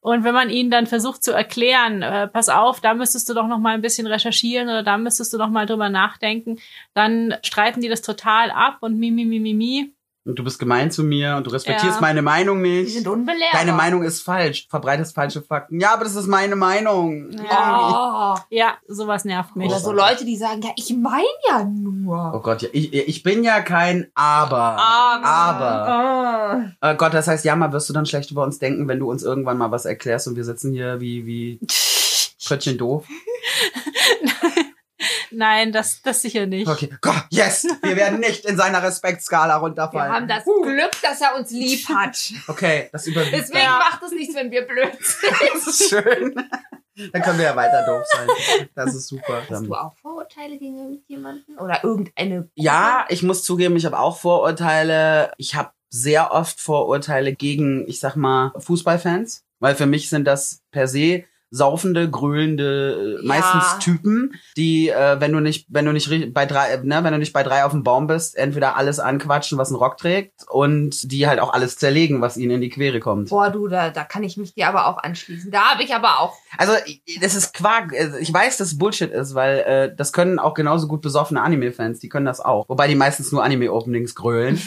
Speaker 2: Und wenn man ihnen dann versucht zu erklären, äh, pass auf, da müsstest du doch noch mal ein bisschen recherchieren oder da müsstest du noch mal drüber nachdenken, dann streiten die das total ab und mi, mi, mi, mi, mi.
Speaker 3: Und du bist gemein zu mir und du respektierst
Speaker 2: Ja.
Speaker 3: meine Meinung
Speaker 1: Die sind
Speaker 3: nicht.
Speaker 1: unbelehrbar.
Speaker 3: Deine Meinung ist falsch. Verbreitest falsche Fakten. Ja, aber das ist meine Meinung.
Speaker 2: Ja.
Speaker 1: Oh.
Speaker 2: Ja, sowas nervt mich.
Speaker 1: Oder so Leute, die sagen, ja, ich meine ja
Speaker 3: Oh
Speaker 1: nur.
Speaker 3: Gott, ja, ich, ich bin ja kein Aber. Aber.
Speaker 1: Ah.
Speaker 3: Äh, Gott, das heißt, Yama, wirst du dann schlecht über uns denken, wenn du uns irgendwann mal was erklärst und wir sitzen hier wie, wie Pöttchen doof?
Speaker 2: Nein, das, das sicher nicht.
Speaker 3: Okay, Gott, yes! Wir werden nicht in seiner Respektskala
Speaker 1: Wir
Speaker 3: runterfallen.
Speaker 1: haben das Glück, dass er uns lieb hat.
Speaker 3: Okay, das überwiegt.
Speaker 1: Deswegen macht es nichts, wenn wir blöd sind.
Speaker 3: dann. *laughs* Das ist schön. Dann können wir ja weiter doof sein. Das ist super.
Speaker 1: Hast
Speaker 3: Dann-
Speaker 1: du auch Vorurteile gegen irgendjemanden? Oder irgendeine? Gruppe?
Speaker 3: Ja, ich muss zugeben, ich habe auch Vorurteile. Ich habe sehr oft Vorurteile gegen, ich sag mal, Fußballfans, weil für mich sind das per se saufende, grölende, äh,
Speaker 1: Ja.
Speaker 3: meistens Typen, die, äh, wenn du nicht, wenn du nicht ri- bei drei, äh, ne, wenn du nicht bei drei auf dem Baum bist, entweder alles anquatschen, was ein Rock trägt, und die halt auch alles zerlegen, was ihnen in die Quere kommt.
Speaker 1: Boah, du, da, da kann ich mich dir aber auch anschließen. Da habe ich aber auch.
Speaker 3: Also i- das ist Quark. Also, Ich weiß, dass es Bullshit ist, weil äh, das können auch genauso gut besoffene Anime-Fans. Die können das auch, wobei die meistens nur Anime-Openings grölen.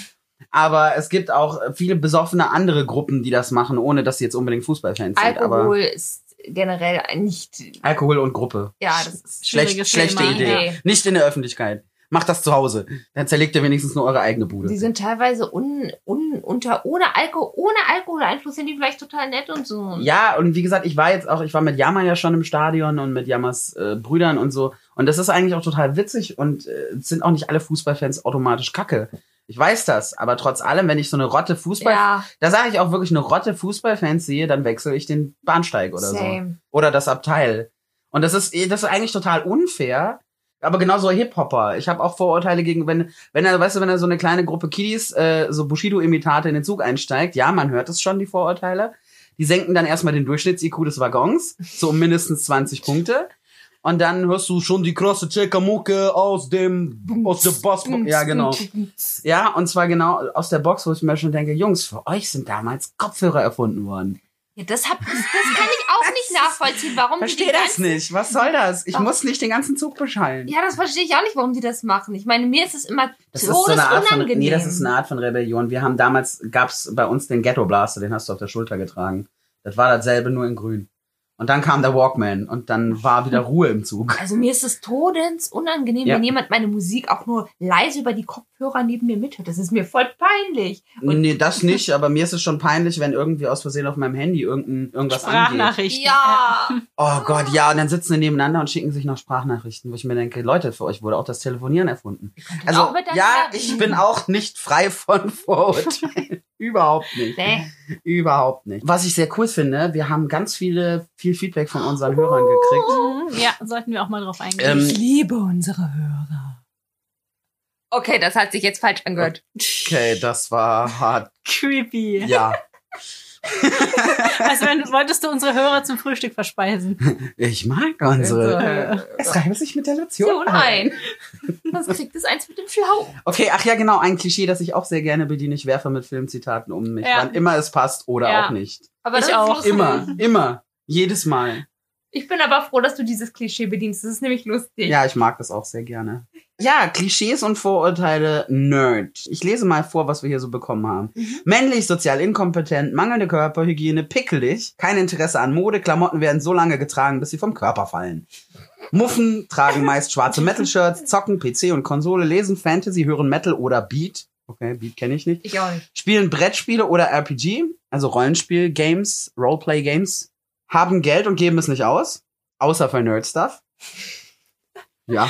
Speaker 3: Aber es gibt auch äh, viele besoffene andere Gruppen, die das machen, ohne dass sie jetzt unbedingt Fußballfans sind. halt Aber
Speaker 1: Alkohol ist generell nicht.
Speaker 3: Alkohol und Gruppe.
Speaker 1: Ja, das ist.
Speaker 3: Schlecht,
Speaker 2: Schwieriges
Speaker 3: schlechte
Speaker 2: Thema,
Speaker 3: Idee.
Speaker 1: ja.
Speaker 3: Nicht in der Öffentlichkeit. Macht das zu Hause. Dann zerlegt ihr wenigstens nur eure eigene Bude.
Speaker 1: Die sind teilweise un, un, unter ohne Alkohol, ohne Alkoholeinfluss sind die vielleicht total nett und so.
Speaker 3: Ja, und wie gesagt, ich war jetzt auch, ich war mit Yama ja schon im Stadion und mit Yamas äh, Brüdern und so. Und das ist eigentlich auch total witzig und äh, es sind auch nicht alle Fußballfans automatisch kacke. Ich weiß das, aber trotz allem, wenn ich so eine Rotte Fußball,
Speaker 1: Ja,
Speaker 3: da sage ich auch wirklich eine Rotte Fußballfans sehe, dann wechsle ich den Bahnsteig oder so.
Speaker 1: same.
Speaker 3: Oder das Abteil. Und das ist, eh- das ist eigentlich total unfair. Aber genauso Hip-Hopper. Ich habe auch Vorurteile gegen, wenn, wenn er, weißt du, wenn er so eine kleine Gruppe Kiddies, äh, so Bushido-Imitate in den Zug einsteigt, ja, man hört es schon, die Vorurteile. Die senken dann erstmal den Durchschnitts-IQ des Waggons, so um mindestens 20 Punkte. Und dann hörst du schon die krasse Checkermucke aus dem, aus der Bass. Ja, genau. Ja, und zwar genau aus der Box, wo ich mir schon denke, Jungs, für euch sind damals Kopfhörer erfunden worden.
Speaker 1: Ja, das, hab, das kann ich auch nicht nachvollziehen, warum die
Speaker 3: Verstehe
Speaker 1: die
Speaker 3: das nicht. Was soll das? Ich
Speaker 1: Doch.
Speaker 3: muss nicht den ganzen Zug beschallen.
Speaker 1: Ja, das verstehe ich auch nicht, warum die das machen. Ich meine, mir ist es immer
Speaker 3: Das ist so eine Art von,
Speaker 1: todesunangenehm.
Speaker 3: nee, das ist eine Art von Rebellion. Wir haben damals, gab's bei uns den Ghetto Blaster, den hast du auf der Schulter getragen. Das war dasselbe, nur in grün. Und dann kam der Walkman und dann war wieder Ruhe im Zug.
Speaker 1: Also mir ist es todens unangenehm,
Speaker 3: Ja.
Speaker 1: wenn jemand meine Musik auch nur leise über die Kopfhörer neben mir mithört. Das ist mir voll peinlich. Und
Speaker 3: Nee, das nicht, aber mir ist es schon peinlich, wenn irgendwie aus Versehen auf meinem Handy irgendein, irgendwas angeht.
Speaker 2: Sprachnachrichten.
Speaker 1: ja,
Speaker 2: äh, *laughs*
Speaker 3: Oh Gott, ja, und dann sitzen die nebeneinander und schicken sich noch Sprachnachrichten, wo ich mir denke, Leute, für euch wurde auch das Telefonieren erfunden. Also,
Speaker 1: auch miteinander
Speaker 3: ja,
Speaker 1: reden.
Speaker 3: ich bin auch nicht frei von Vorurteilen. Überhaupt nicht.
Speaker 1: nee,
Speaker 3: Überhaupt nicht. Was ich sehr cool finde, wir haben ganz viele, viel Feedback von unseren Hörern gekriegt.
Speaker 2: Mhm, Ja, sollten wir auch mal drauf eingehen.
Speaker 3: Ähm,
Speaker 5: liebe unsere Hörer.
Speaker 1: okay, das hat sich jetzt falsch angehört.
Speaker 3: Okay, das war hart.
Speaker 2: Creepy.
Speaker 3: Ja,
Speaker 2: Also wenn, wolltest du unsere Hörer zum Frühstück verspeisen.
Speaker 3: ich mag unsere.
Speaker 1: Äh,
Speaker 3: Es reimt sich mit der
Speaker 1: so
Speaker 3: Lotion.
Speaker 1: nein. *laughs* Sonst kriegt es eins mit dem Schlau.
Speaker 3: Okay, ach ja, genau, ein Klischee, das ich auch sehr gerne bediene. Ich werfe mit Filmzitaten um mich,
Speaker 2: Ja.
Speaker 3: wann immer es passt oder
Speaker 2: Ja.
Speaker 3: auch nicht.
Speaker 1: Aber
Speaker 2: Ich
Speaker 1: das ist
Speaker 2: auch.
Speaker 1: lustig.
Speaker 3: Immer, immer, jedes Mal.
Speaker 1: Ich bin aber froh, dass du dieses Klischee bedienst. Das ist nämlich lustig.
Speaker 3: Ja, ich mag das auch sehr gerne. Ja, Klischees und Vorurteile Nerd. Ich lese mal vor, was wir hier so bekommen haben. Männlich, sozial inkompetent, mangelnde Körperhygiene, pickelig, kein Interesse an Mode, Klamotten werden so lange getragen, bis sie vom Körper fallen. Muffen *laughs* tragen meist schwarze Metal-Shirts, zocken PC und Konsole, lesen Fantasy, hören Metal oder Beat. Okay, Beat kenne ich nicht.
Speaker 1: Ich auch nicht.
Speaker 3: Spielen Brettspiele oder RPG, also Rollenspiel-Games, Roleplay-Games. Haben Geld und geben es nicht aus, außer für Nerd-Stuff.
Speaker 1: *laughs*
Speaker 3: Ja.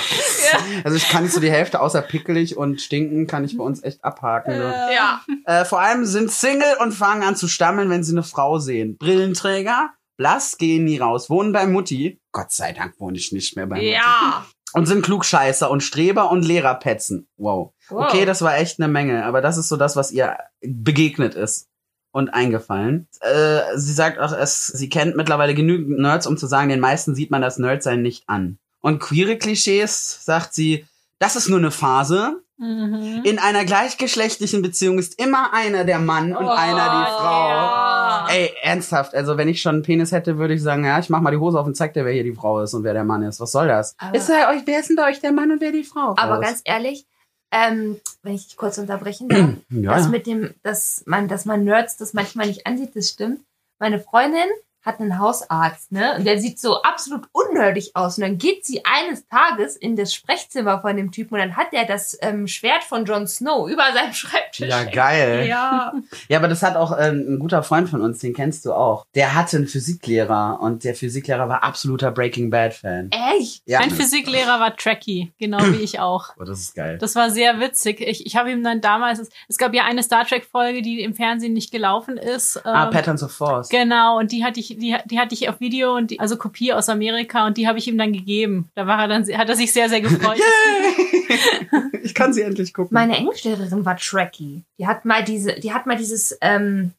Speaker 3: Also ich kann nicht so die Hälfte, außer pickelig und stinken, kann ich bei uns echt abhaken. Ne?
Speaker 1: Ja.
Speaker 3: Äh, vor allem sind Single und fangen an zu stammeln, wenn sie eine Frau sehen. Brillenträger, blass, gehen nie raus, wohnen bei Mutti. Gott sei Dank wohne ich nicht mehr bei Mutti.
Speaker 1: Ja.
Speaker 3: Und sind Klugscheißer und Streber und Lehrerpetzen. Wow.
Speaker 1: Wow.
Speaker 3: Okay, das war echt eine Menge, aber das ist so das, was ihr begegnet ist und eingefallen. Äh, sie sagt auch, es, sie kennt mittlerweile genügend Nerds, um zu sagen, den meisten sieht man das Nerdsein nicht an. Und queere Klischees, sagt sie, das ist nur eine Phase,
Speaker 2: Mhm.
Speaker 3: in einer gleichgeschlechtlichen Beziehung ist immer einer der Mann und
Speaker 1: Oh,
Speaker 3: einer die Frau.
Speaker 1: ja.
Speaker 3: Ey, ernsthaft, also wenn ich schon einen Penis hätte, würde ich sagen, ja, ich mach mal die Hose auf und zeig dir, wer hier die Frau ist und wer der Mann ist. Was soll das?
Speaker 1: Aber-
Speaker 3: ist bei euch, wer ist denn bei euch der Mann und wer die Frau?
Speaker 1: Aber
Speaker 3: Raus.
Speaker 1: ganz ehrlich, ähm, wenn ich dich kurz unterbrechen darf,
Speaker 3: ja.
Speaker 1: das mit dem, dass man, dass man Nerds das manchmal nicht ansieht, das stimmt. Meine Freundin hat einen Hausarzt, ne? Und der sieht so absolut unnördig aus. Und dann geht sie eines Tages in das Sprechzimmer von dem Typen und dann hat der das ähm, Schwert von Jon Snow über seinem Schreibtisch.
Speaker 3: ja, geil.
Speaker 1: Ja.
Speaker 3: Ja, aber das hat auch ähm, ein guter Freund von uns, den kennst du auch. Der hatte einen Physiklehrer und der Physiklehrer war absoluter Breaking Bad Fan.
Speaker 1: Echt?
Speaker 3: Ja.
Speaker 2: Mein Physiklehrer war Trekkie, genau wie ich auch.
Speaker 3: Oh, das ist geil.
Speaker 2: Das war sehr witzig. Ich, ich habe ihm dann damals, es, es gab ja eine Star Trek-Folge, die im Fernsehen nicht gelaufen ist.
Speaker 3: ah,
Speaker 2: ähm,
Speaker 3: Patterns of Force.
Speaker 2: Genau, und die hatte ich, die, die hatte ich auf Video und die, also Kopie aus Amerika und die habe ich ihm dann gegeben. Da war er dann, hat er sich sehr, sehr
Speaker 3: *laughs*
Speaker 2: gefreut.
Speaker 3: Yay! ich kann sie endlich gucken.
Speaker 1: Meine Englischlehrerin war Trekkie. Die hat mal diese, die hat mal dieses, ähm,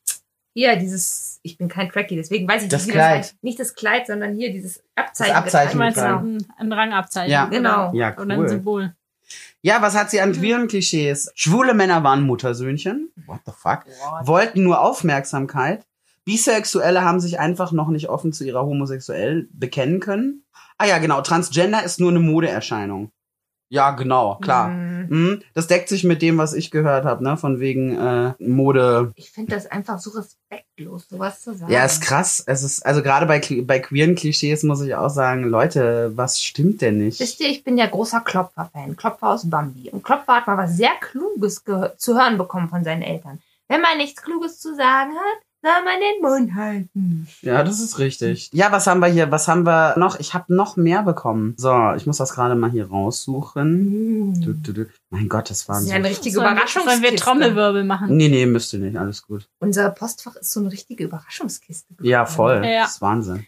Speaker 1: hier, dieses, ich bin kein Trekkie, deswegen weiß ich
Speaker 3: Das
Speaker 1: nicht,
Speaker 3: Kleid.
Speaker 1: das heißt. Nicht das Kleid, sondern hier dieses Abzeichen.
Speaker 3: Das Abzeichen,
Speaker 2: Ich meine,
Speaker 3: genau.
Speaker 1: genau.
Speaker 2: ein, ein Rangabzeichen.
Speaker 3: Ja.
Speaker 1: Genau.
Speaker 2: Oder
Speaker 3: Ja, cool.
Speaker 2: ein Symbol.
Speaker 3: Ja, was hat sie an queeren Klischees? Schwule Männer waren Muttersöhnchen. What the fuck? Wollten nur Aufmerksamkeit. Bisexuelle haben sich einfach noch nicht offen zu ihrer homosexuell bekennen können. Ah ja, genau. Transgender ist nur eine Modeerscheinung. Ja, genau, klar.
Speaker 1: Hm.
Speaker 3: Mhm. Das deckt sich mit dem, was ich gehört habe, ne? Von wegen äh, Mode.
Speaker 1: Ich finde das einfach so respektlos, sowas zu sagen.
Speaker 3: Ja, ist krass. Es ist also gerade bei Kli- bei queeren Klischees muss ich auch sagen, Leute, was stimmt denn nicht?
Speaker 1: Wisst ihr, ich bin ja großer Klopfer-Fan. Klopfer aus Bambi. Und Klopfer hat mal was sehr Kluges gehö- zu hören bekommen von seinen Eltern. Wenn man nichts Kluges zu sagen hat, soll man den Mund halten.
Speaker 3: Ja, das ist richtig. Ja, was haben wir hier? Was haben wir noch? Ich habe noch mehr bekommen. So, ich muss das gerade mal hier raussuchen. Du, du, du. Mein Gott, das
Speaker 1: Das
Speaker 3: waren
Speaker 1: ist
Speaker 3: so.
Speaker 1: ja eine richtige
Speaker 2: Sollen wir- Sollen wir
Speaker 1: Überraschungskiste.
Speaker 2: Trommelwirbel machen?
Speaker 3: Nee, nee, müsste nicht. Alles gut.
Speaker 1: Unser Postfach ist so eine richtige Überraschungskiste.
Speaker 3: Ja, voll.
Speaker 2: Ja.
Speaker 3: Das ist Wahnsinn.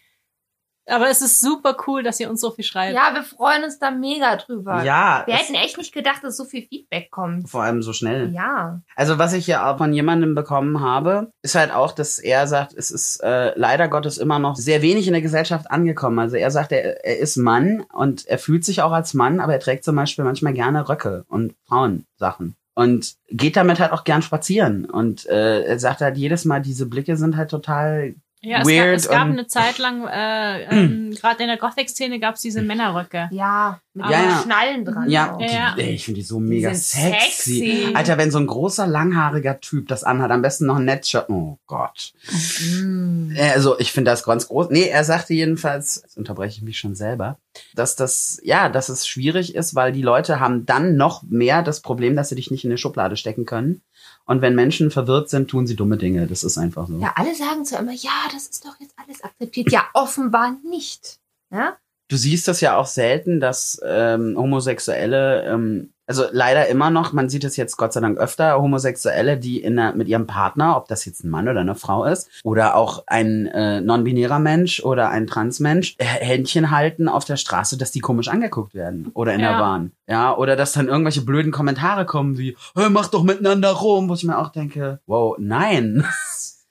Speaker 2: Aber es ist super cool, dass ihr uns so viel schreibt.
Speaker 1: Ja, wir freuen uns da mega drüber.
Speaker 3: Ja,
Speaker 1: wir
Speaker 3: es-
Speaker 1: hätten echt nicht gedacht, dass so viel Feedback kommt.
Speaker 3: vor allem so schnell.
Speaker 1: Ja.
Speaker 3: Also, was ich hier auch von jemandem bekommen habe, ist halt auch, dass er sagt, es ist äh, leider Gottes immer noch sehr wenig in der Gesellschaft angekommen. Also, er sagt, er, er ist Mann und er fühlt sich auch als Mann, aber er trägt zum Beispiel manchmal gerne Röcke und Frauensachen. Und geht damit halt auch gern spazieren. Und äh, er sagt halt jedes Mal, diese Blicke sind halt total
Speaker 2: Ja, es,
Speaker 3: Weird
Speaker 2: gab, es gab
Speaker 3: und-
Speaker 2: eine Zeit lang, äh,
Speaker 3: *clears throat*
Speaker 2: ähm, gerade in der Gothic-Szene gab es diese Männerröcke.
Speaker 1: Ja. Mit
Speaker 3: Ja,
Speaker 1: den
Speaker 3: ja.
Speaker 1: Schnallen dran.
Speaker 3: Ja,
Speaker 1: auch.
Speaker 3: die,
Speaker 2: Ja.
Speaker 3: Ey, ich finde die so
Speaker 1: Die
Speaker 3: mega
Speaker 1: sind
Speaker 3: sexy.
Speaker 1: sexy.
Speaker 3: Alter, wenn so ein großer, langhaariger Typ das anhat, am besten noch ein Netzshirt. Oh Gott.
Speaker 1: Mm.
Speaker 3: Äh, Also, ich finde das ganz groß. Nee, er sagte jedenfalls, jetzt unterbreche ich mich schon selber, dass das, ja, dass es schwierig ist, weil die Leute haben dann noch mehr das Problem, dass sie dich nicht in eine Schublade stecken können. Und wenn Menschen verwirrt sind, tun sie dumme Dinge. Das ist einfach so.
Speaker 1: Ja, alle sagen zwar immer, ja, das ist doch jetzt alles akzeptiert. Ja, offenbar nicht. Ja?
Speaker 3: du siehst das ja auch selten, dass ähm, Homosexuelle, ähm, also leider immer noch, man sieht es jetzt Gott sei Dank öfter, Homosexuelle, die in einer, mit ihrem Partner, ob das jetzt ein Mann oder eine Frau ist, oder auch ein äh, non-binärer Mensch oder ein Transmensch, äh, Händchen halten auf der Straße, dass die komisch angeguckt werden oder in der
Speaker 2: Ja.
Speaker 3: Bahn. Ja, oder dass dann irgendwelche blöden Kommentare kommen wie, hey, mach doch miteinander rum, wo ich mir auch denke, wow, nein, *laughs*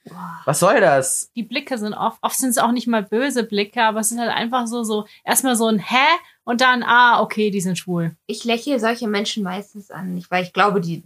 Speaker 1: Boah.
Speaker 3: was soll das?
Speaker 2: die Blicke sind oft, oft sind es auch nicht mal böse Blicke, aber es ist halt einfach so, so, erstmal so ein Hä und dann, ah, okay, die sind schwul.
Speaker 1: Ich lächle solche Menschen meistens an, nicht, weil ich glaube, die,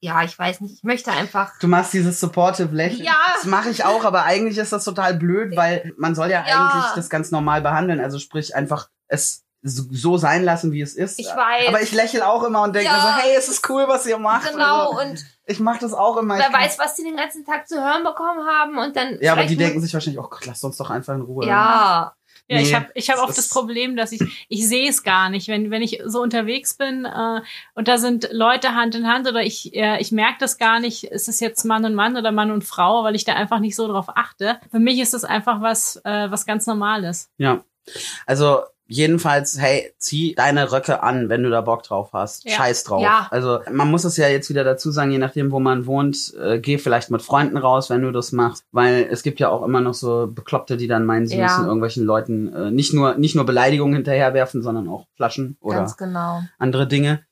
Speaker 1: ja, ich weiß nicht, ich möchte einfach.
Speaker 3: Du machst dieses supportive Lächeln.
Speaker 1: Ja.
Speaker 3: Das mache ich auch, aber eigentlich ist das total blöd, weil man soll ja,
Speaker 1: Ja.
Speaker 3: eigentlich das ganz normal behandeln. Also sprich einfach es so so sein lassen, wie es ist.
Speaker 1: Ich weiß.
Speaker 3: Aber ich lächle auch immer und denke
Speaker 1: Ja.
Speaker 3: mir so, hey, es ist cool, was ihr macht.
Speaker 1: Genau,
Speaker 3: Also,
Speaker 1: und
Speaker 3: ich mache das auch immer.
Speaker 1: wer
Speaker 3: Ich kann-
Speaker 1: weiß, was die den ganzen Tag zu hören bekommen haben und dann.
Speaker 3: ja, aber die
Speaker 1: vielleicht
Speaker 3: denken sich wahrscheinlich, oh Gott, lass uns doch einfach in
Speaker 1: nur-
Speaker 3: Ruhe.
Speaker 1: Ja,
Speaker 2: Ja, ich
Speaker 3: Nee,
Speaker 2: habe ich hab
Speaker 3: das
Speaker 2: auch das
Speaker 3: ist-
Speaker 2: Problem, dass ich, ich sehe es gar nicht, wenn, wenn ich so unterwegs bin äh, und da sind Leute Hand in Hand oder ich, äh, ich merke das gar nicht, ist es jetzt Mann und Mann oder Mann und Frau, weil ich da einfach nicht so drauf achte. Für mich ist das einfach was, äh, was ganz Normales.
Speaker 3: Ja. Also jedenfalls, hey, zieh deine Röcke an, wenn du da Bock drauf hast.
Speaker 2: Ja.
Speaker 3: Scheiß drauf.
Speaker 1: Ja.
Speaker 3: Also man muss es ja jetzt wieder dazu sagen, je nachdem, wo man wohnt, äh, geh vielleicht mit Freunden raus, wenn du das machst, weil es gibt ja auch immer noch so Bekloppte, die dann meinen, sie
Speaker 1: Ja.
Speaker 3: müssen irgendwelchen Leuten äh, nicht nur nicht nur Beleidigungen hinterherwerfen, sondern auch Flaschen oder
Speaker 1: Ganz genau.
Speaker 3: andere Dinge.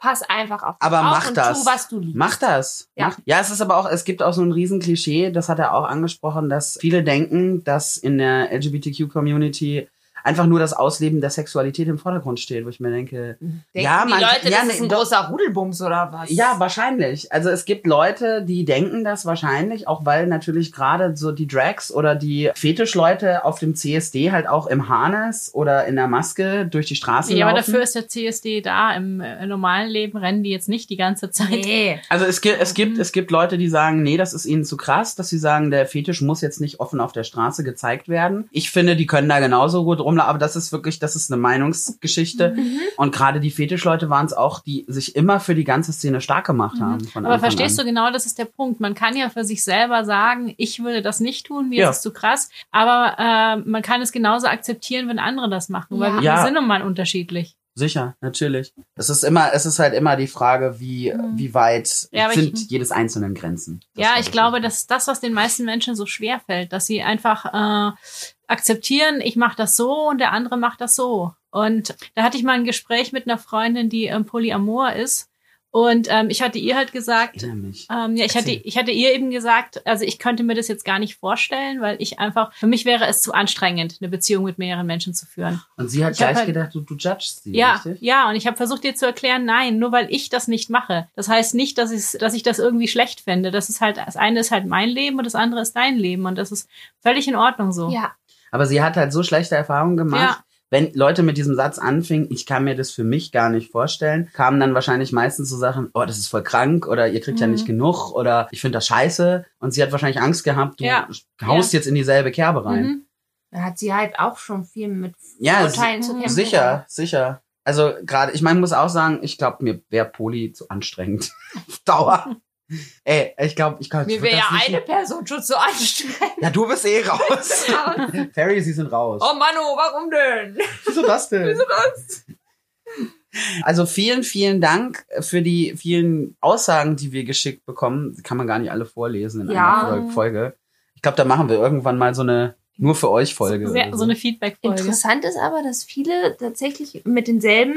Speaker 1: Pass einfach auf dich
Speaker 3: Aber
Speaker 1: auf
Speaker 3: mach
Speaker 1: und
Speaker 3: das.
Speaker 1: tu, was du liebst.
Speaker 3: Mach das.
Speaker 1: Ja.
Speaker 3: Ja. Mach. ja, es ist aber auch, es gibt auch so ein riesen Klischee, das hat er auch angesprochen, dass viele denken, dass in der LGBTQ-Community einfach nur das Ausleben der Sexualität im Vordergrund steht, wo ich mir denke,
Speaker 1: Mhm. Denken
Speaker 3: Ja,
Speaker 1: die
Speaker 3: man-
Speaker 1: Leute,
Speaker 3: ja,
Speaker 1: das
Speaker 3: nee,
Speaker 1: ist ein
Speaker 3: doch.
Speaker 1: großer Rudelbums oder was?
Speaker 3: ja, wahrscheinlich. Also es gibt Leute, die denken das wahrscheinlich, auch weil natürlich gerade so die Drags oder die Fetischleute auf dem CSD halt auch im Harness oder in der Maske durch die Straßen
Speaker 2: Ja, aber
Speaker 3: laufen.
Speaker 2: dafür ist der CSD da. Im äh, normalen Leben rennen die jetzt nicht die ganze Zeit.
Speaker 1: Nee.
Speaker 3: Also es gibt, es
Speaker 2: Mhm.
Speaker 3: gibt, es gibt Leute, die sagen, nee, das ist ihnen zu krass, dass sie sagen, der Fetisch muss jetzt nicht offen auf der Straße gezeigt werden. Ich finde, die können da genauso gut rumlaufen, aber das ist wirklich, das ist eine Meinungsgeschichte.
Speaker 2: Mhm.
Speaker 3: Und gerade die Fetischleute waren es auch, die sich immer für die ganze Szene stark gemacht haben. Von
Speaker 2: Mhm. Aber verstehst du genau, das ist der Punkt. Man kann ja für sich selber sagen, ich würde das nicht tun, mir
Speaker 3: Ja.
Speaker 2: ist es zu krass. Aber äh, man kann es genauso akzeptieren, wenn andere das machen, weil
Speaker 1: Ja.
Speaker 2: wir
Speaker 3: Ja.
Speaker 2: sind nun mal unterschiedlich.
Speaker 3: Sicher, natürlich. Es ist immer, es ist halt immer die Frage, wie, wie weit
Speaker 2: Mhm. Ja, aber ich-
Speaker 3: sind jedes einzelnen Grenzen. Das
Speaker 2: ja,
Speaker 3: war
Speaker 2: ich
Speaker 3: das.
Speaker 2: glaube, das ist das, was den meisten Menschen so schwer fällt, dass sie einfach äh, akzeptieren, ich mache das so und der andere macht das so. Und da hatte ich mal ein Gespräch mit einer Freundin, die ähm, Polyamor ist. Und ähm, ich hatte ihr halt gesagt,
Speaker 3: Erinnere mich.
Speaker 2: Ähm, ja, ich hatte,
Speaker 3: Erzähl.
Speaker 2: ich hatte ihr eben gesagt, also ich könnte mir das jetzt gar nicht vorstellen, weil ich einfach, für mich wäre es zu anstrengend, eine Beziehung mit mehreren Menschen zu führen.
Speaker 3: Und sie hat
Speaker 2: ich hab
Speaker 3: gleich
Speaker 2: halt-
Speaker 3: gedacht, du, du judgst sie,
Speaker 2: Ja,
Speaker 3: richtig?
Speaker 2: ja, und ich habe versucht, ihr zu erklären, nein, nur weil ich das nicht mache. Das heißt nicht, dass ich, dass ich das irgendwie schlecht finde. Das ist halt, das eine ist halt mein Leben und das andere ist dein Leben und das ist völlig in Ordnung so.
Speaker 1: Ja.
Speaker 3: Aber sie hat halt so schlechte Erfahrungen gemacht. Wenn Leute mit diesem Satz anfingen, ich kann mir das für mich gar nicht vorstellen, kamen dann wahrscheinlich meistens so Sachen, oh, das ist voll krank oder ihr kriegt ja
Speaker 2: Mhm.
Speaker 3: nicht genug oder ich finde das scheiße. Und sie hat wahrscheinlich Angst gehabt, du
Speaker 2: Ja.
Speaker 3: haust jetzt in dieselbe Kerbe rein.
Speaker 2: Mhm.
Speaker 1: Da hat sie halt auch schon viel mit
Speaker 3: Ja,
Speaker 1: Vorteilen zu kämpfen.
Speaker 3: Sicher, sicher. Also gerade, ich meine, muss auch sagen, ich glaube, mir wäre Poli zu anstrengend. *laughs* Auf Dauer. Ey, ich glaube, ich kann
Speaker 1: Mir wäre ja eine Person schon zu anstrengend.
Speaker 3: Ja, du bist eh raus. Ferry, sie sind raus.
Speaker 1: oh Manu, warum denn?
Speaker 3: Wieso das denn? Wieso das? Also vielen, vielen Dank für die vielen Aussagen, die wir geschickt bekommen. Die Kann man gar nicht alle vorlesen in
Speaker 1: Ja.
Speaker 3: einer Fol- Folge. Ich glaube, da machen wir irgendwann mal so eine nur für euch Folge.
Speaker 2: Sehr-
Speaker 3: oder
Speaker 2: so eine Feedback-Folge.
Speaker 1: Interessant ist aber, dass viele tatsächlich mit denselben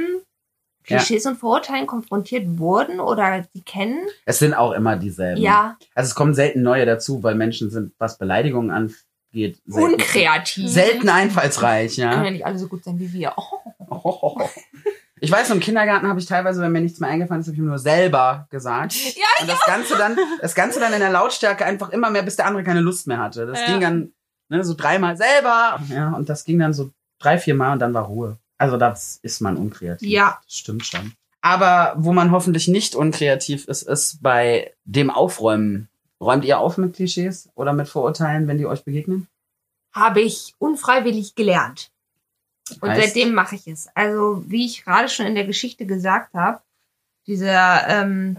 Speaker 3: Ja.
Speaker 1: Klischees und Vorurteilen konfrontiert wurden oder die kennen.
Speaker 3: es sind auch immer dieselben.
Speaker 1: Ja,
Speaker 3: Also es kommen selten neue dazu, weil Menschen sind, was Beleidigungen angeht, selten,
Speaker 1: unkreativ.
Speaker 3: selten einfallsreich,
Speaker 1: Können
Speaker 3: ja.
Speaker 1: ja nicht alle so gut sein wie wir. Oh.
Speaker 3: *laughs* Ich weiß, im Kindergarten habe ich teilweise, wenn mir nichts mehr eingefallen ist, habe ich mir nur selber gesagt.
Speaker 1: *laughs* Ja,
Speaker 3: Und das Ganze dann, das Ganze dann in der Lautstärke einfach immer mehr, bis der andere keine Lust mehr hatte. Das
Speaker 2: Ja.
Speaker 3: ging dann ne, so dreimal selber. Ja, und das ging dann so drei, vier Mal und dann war Ruhe. Also das ist man unkreativ.
Speaker 1: Ja.
Speaker 3: Das stimmt schon. Aber wo man hoffentlich nicht unkreativ ist, ist bei dem Aufräumen. Räumt ihr auf mit Klischees oder mit Vorurteilen, wenn die euch begegnen?
Speaker 1: Habe ich unfreiwillig gelernt. Und
Speaker 3: Heißt?
Speaker 1: seitdem mache ich es. Also, wie ich gerade schon in der Geschichte gesagt habe, dieser, ähm,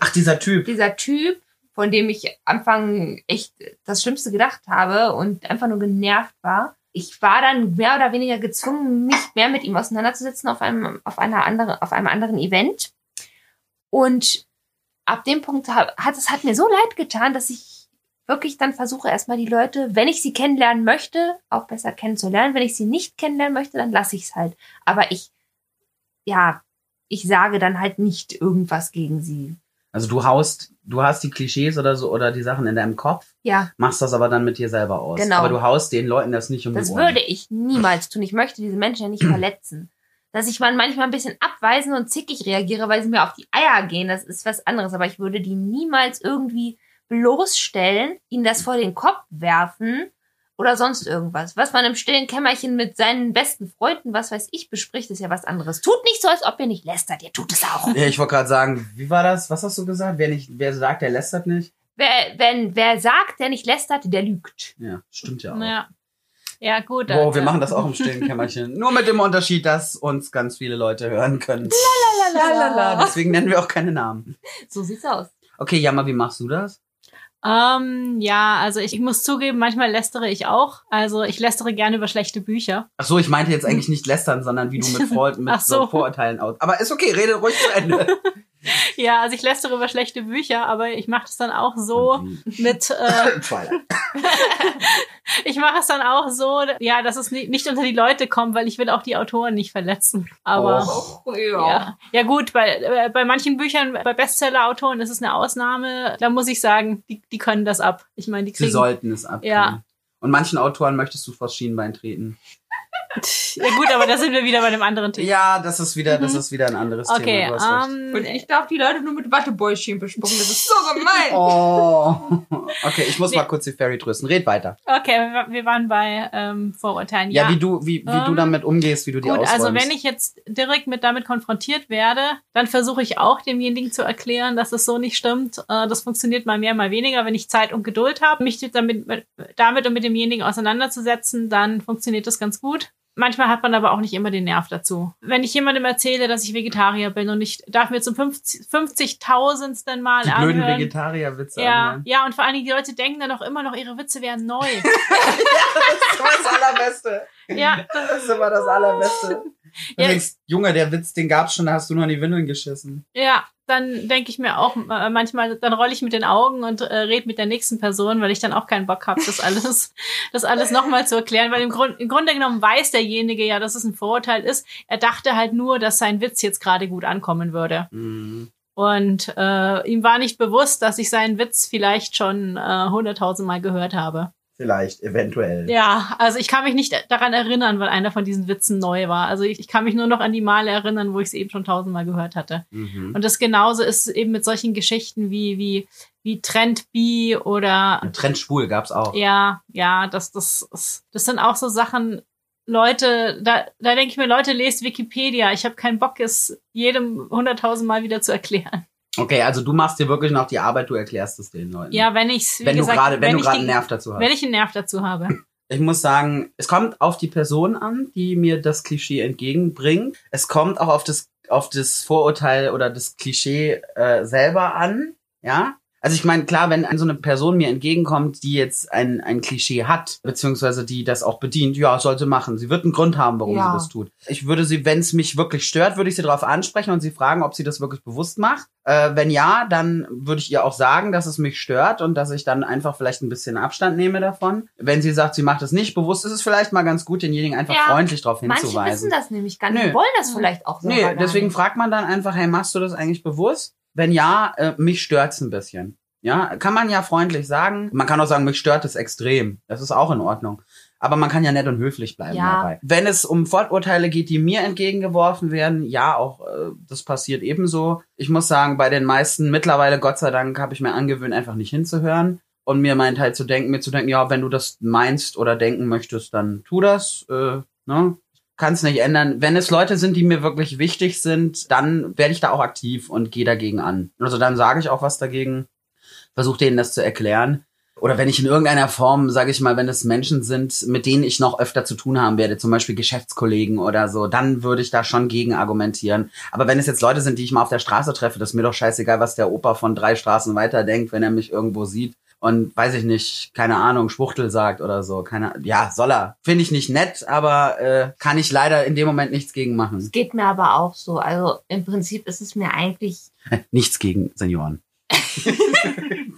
Speaker 3: Ach, dieser Typ.
Speaker 1: dieser Typ, von dem ich am Anfang echt das Schlimmste gedacht habe und einfach nur genervt war. Ich war dann mehr oder weniger gezwungen, mich mehr mit ihm auseinanderzusetzen auf einem, auf einer anderen, auf einem anderen Event. Und ab dem Punkt hab- hat es hat mir so leid getan, dass ich wirklich dann versuche, erstmal die Leute, wenn ich sie kennenlernen möchte, auch besser kennenzulernen. Wenn ich sie nicht kennenlernen möchte, dann lasse ich es halt. Aber ich, ja, ich sage dann halt nicht irgendwas gegen sie.
Speaker 3: Also du haust, du hast die Klischees oder so oder die Sachen in deinem Kopf,
Speaker 1: Ja,
Speaker 3: machst das aber dann mit dir selber aus.
Speaker 1: Genau.
Speaker 3: Aber du haust den Leuten das nicht um
Speaker 1: Das
Speaker 3: die Ohren.
Speaker 1: würde ich niemals tun. Ich möchte diese Menschen ja nicht verletzen. Dass ich man manchmal ein bisschen abweisend und zickig reagiere, weil sie mir auf die Eier gehen, das ist was anderes. Aber ich würde die niemals irgendwie bloßstellen, ihnen das vor den Kopf werfen oder sonst irgendwas. Was man im stillen Kämmerchen mit seinen besten Freunden, was weiß ich, bespricht, ist ja was anderes. Tut nicht so, als ob ihr nicht lästert. Ihr tut es auch.
Speaker 3: Ja, ich wollte gerade sagen, wie war das? Was hast du gesagt? Wer, nicht, wer sagt, der lästert nicht?
Speaker 1: Wer, wenn, wer sagt, der nicht lästert, der lügt.
Speaker 3: Ja, stimmt ja auch.
Speaker 2: Naja. Ja, gut.
Speaker 3: Wow, wir
Speaker 2: Alter.
Speaker 3: machen das auch im stillen Kämmerchen. Nur mit dem Unterschied, dass uns ganz viele Leute hören können. Lalalala. Deswegen nennen wir auch keine Namen.
Speaker 1: So sieht's aus.
Speaker 3: Okay, Jammer, wie machst du das?
Speaker 2: Ähm, ja, also ich, ich muss zugeben, manchmal lästere ich auch. Also ich lästere gerne über schlechte Bücher.
Speaker 3: Ach so, ich meinte jetzt eigentlich nicht lästern, sondern wie du mit Freunden mit
Speaker 2: Ach
Speaker 3: so.
Speaker 2: so.
Speaker 3: Vorurteilen aus. Aber ist okay, rede ruhig zu Ende.
Speaker 2: Ja, also ich lästere über schlechte Bücher, aber ich mache das dann auch so
Speaker 3: Mhm.
Speaker 2: mit,
Speaker 3: *laughs*
Speaker 2: äh,
Speaker 3: Twilight.
Speaker 2: ich mache es dann auch so, ja, dass es ni- nicht unter die Leute kommt, weil ich will auch die Autoren nicht verletzen. Aber
Speaker 3: Och.
Speaker 2: Ja. ja gut, bei, äh, bei manchen Büchern, bei Bestseller-Autoren ist es eine Ausnahme. Da muss ich sagen, die, die können das ab. Ich meine, die
Speaker 3: Sie
Speaker 2: kriegen.
Speaker 3: sollten es ab.
Speaker 2: Ja.
Speaker 3: Und manchen Autoren möchtest du vors Schienbein treten.
Speaker 2: *laughs* Ja gut, aber da sind wir wieder bei einem anderen Thema.
Speaker 3: Ja, das ist wieder, das
Speaker 2: Mhm.
Speaker 3: ist wieder ein anderes
Speaker 2: okay,
Speaker 3: Thema. Du hast recht.
Speaker 2: ähm,
Speaker 1: Und ich darf die Leute nur mit Wattebäuschen bespucken. Das ist so gemein.
Speaker 3: Oh. *laughs* Okay, ich muss
Speaker 2: Nee.
Speaker 3: mal kurz die Fairy trösten. Red weiter.
Speaker 2: okay, wir, wa- wir waren bei ähm, Vorurteilen.
Speaker 3: Ja, wie du, wie, wie du
Speaker 2: Ähm,
Speaker 3: damit umgehst, wie du die
Speaker 2: Gut,
Speaker 3: ausräumst.
Speaker 2: also wenn ich jetzt direkt mit damit konfrontiert werde, dann versuche ich auch demjenigen zu erklären, dass es so nicht stimmt. Äh, das funktioniert mal mehr, mal weniger. Wenn ich Zeit und Geduld habe, mich damit, mit- damit und mit demjenigen auseinanderzusetzen, dann funktioniert das ganz gut. Manchmal hat man aber auch nicht immer den Nerv dazu. Wenn ich jemandem erzähle, dass ich Vegetarier bin und ich darf mir zum 50 50.000. Mal
Speaker 3: die blöden ne?
Speaker 2: anhören,
Speaker 3: Vegetarierwitze.
Speaker 2: ja, *laughs*
Speaker 3: anhören.
Speaker 2: ja, und vor allen Dingen die Leute denken dann auch immer noch, ihre Witze wären
Speaker 3: *laughs*
Speaker 2: neu.
Speaker 3: Das war das Allerbeste.
Speaker 2: ja, das,
Speaker 3: Das ist immer das Allerbeste. Du
Speaker 2: Ja.
Speaker 3: denkst, Junge, der Witz, den gab's schon, da hast du nur in die Windeln geschissen.
Speaker 2: Ja, dann denke ich mir auch äh, manchmal, dann rolle ich mit den Augen und äh, rede mit der nächsten Person, weil ich dann auch keinen Bock habe, das alles, *laughs* das alles nochmal zu erklären. Weil im, Grund, im Grunde genommen weiß derjenige ja, dass es ein Vorurteil ist. Er dachte halt nur, dass sein Witz jetzt gerade gut ankommen würde.
Speaker 3: Mhm.
Speaker 2: Und äh, ihm war nicht bewusst, dass ich seinen Witz vielleicht schon äh, hunderttausendmal gehört habe.
Speaker 3: Vielleicht, eventuell.
Speaker 2: Ja, also ich kann mich nicht daran erinnern, weil einer von diesen Witzen neu war. Also ich, ich kann mich nur noch an die Male erinnern, wo ich es eben schon tausendmal gehört hatte.
Speaker 3: Mhm.
Speaker 2: Und das genauso ist eben mit solchen Geschichten wie, wie, wie Trend B oder
Speaker 3: Und Trend schwul gab's auch.
Speaker 2: ja, ja, das, das, ist- das sind auch so Sachen, Leute, da, da denke ich mir, Leute, lest Wikipedia. Ich habe keinen Bock, es jedem hunderttausendmal wieder zu erklären.
Speaker 3: Okay, also du machst dir wirklich noch die Arbeit, du erklärst es den Leuten.
Speaker 2: Ja, wenn ich's, wie
Speaker 3: wenn
Speaker 2: gesagt,
Speaker 3: du gerade, wenn, du
Speaker 2: ich
Speaker 3: gerade
Speaker 2: den-
Speaker 3: einen Nerv dazu hast.
Speaker 2: wenn ich einen Nerv dazu
Speaker 1: *laughs*
Speaker 2: habe.
Speaker 3: Ich muss sagen, es kommt auf die Person an, die mir das Klischee entgegenbringt. Es kommt auch auf das, auf das Vorurteil oder das Klischee äh, selber an. Ja. Also ich meine, klar, wenn so eine Person mir entgegenkommt, die jetzt ein, ein Klischee hat, beziehungsweise die das auch bedient, ja, sollte machen. Sie wird einen Grund haben, warum
Speaker 5: Ja.
Speaker 3: sie das tut. Ich würde sie, wenn es mich wirklich stört, würde ich sie darauf ansprechen und sie fragen, ob sie das wirklich bewusst macht. Äh, wenn ja, dann würde ich ihr auch sagen, dass es mich stört und dass ich dann einfach vielleicht ein bisschen Abstand nehme davon. Wenn sie sagt, sie macht es nicht bewusst, ist es vielleicht mal ganz gut, denjenigen einfach
Speaker 1: Ja,
Speaker 3: freundlich darauf
Speaker 1: Manche wissen
Speaker 3: hinzuweisen.
Speaker 1: das nämlich gar nicht.
Speaker 3: Nö.
Speaker 1: Die wollen das vielleicht auch selber
Speaker 3: Nee,
Speaker 1: gar
Speaker 3: deswegen
Speaker 1: nicht.
Speaker 3: fragt man dann einfach, hey, machst du das eigentlich bewusst? Wenn ja, äh, mich stört's ein bisschen. Ja, kann man ja freundlich sagen. Man kann auch sagen, mich stört es extrem. Das ist auch in Ordnung. Aber man kann ja nett und höflich bleiben
Speaker 1: Ja.
Speaker 3: dabei. Wenn es um Forturteile geht, die mir entgegengeworfen werden, ja, auch äh, das passiert ebenso. Ich muss sagen, bei den meisten mittlerweile, Gott sei Dank, habe ich mir angewöhnt, einfach nicht hinzuhören und mir meinen Teil zu denken, mir zu denken, ja, wenn du das meinst oder denken möchtest, dann tu das. Äh, ne? kann es nicht ändern. Wenn es Leute sind, die mir wirklich wichtig sind, dann werde ich da auch aktiv und gehe dagegen an. Also dann sage ich auch was dagegen, versuche denen das zu erklären. Oder wenn ich in irgendeiner Form, sage ich mal, wenn es Menschen sind, mit denen ich noch öfter zu tun haben werde, zum Beispiel Geschäftskollegen oder so, dann würde ich da schon gegen argumentieren. Aber wenn es jetzt Leute sind, die ich mal auf der Straße treffe, das ist mir doch scheißegal, was der Opa von drei Straßen weiter denkt, wenn er mich irgendwo sieht und weiß ich nicht, keine Ahnung, Schwuchtel sagt oder so. Keine, ja, soll er. Finde ich nicht nett, aber äh, kann ich leider in dem Moment nichts gegen machen.
Speaker 1: Geht mir aber auch so. Also im Prinzip ist es mir eigentlich.
Speaker 3: Nichts gegen Senioren.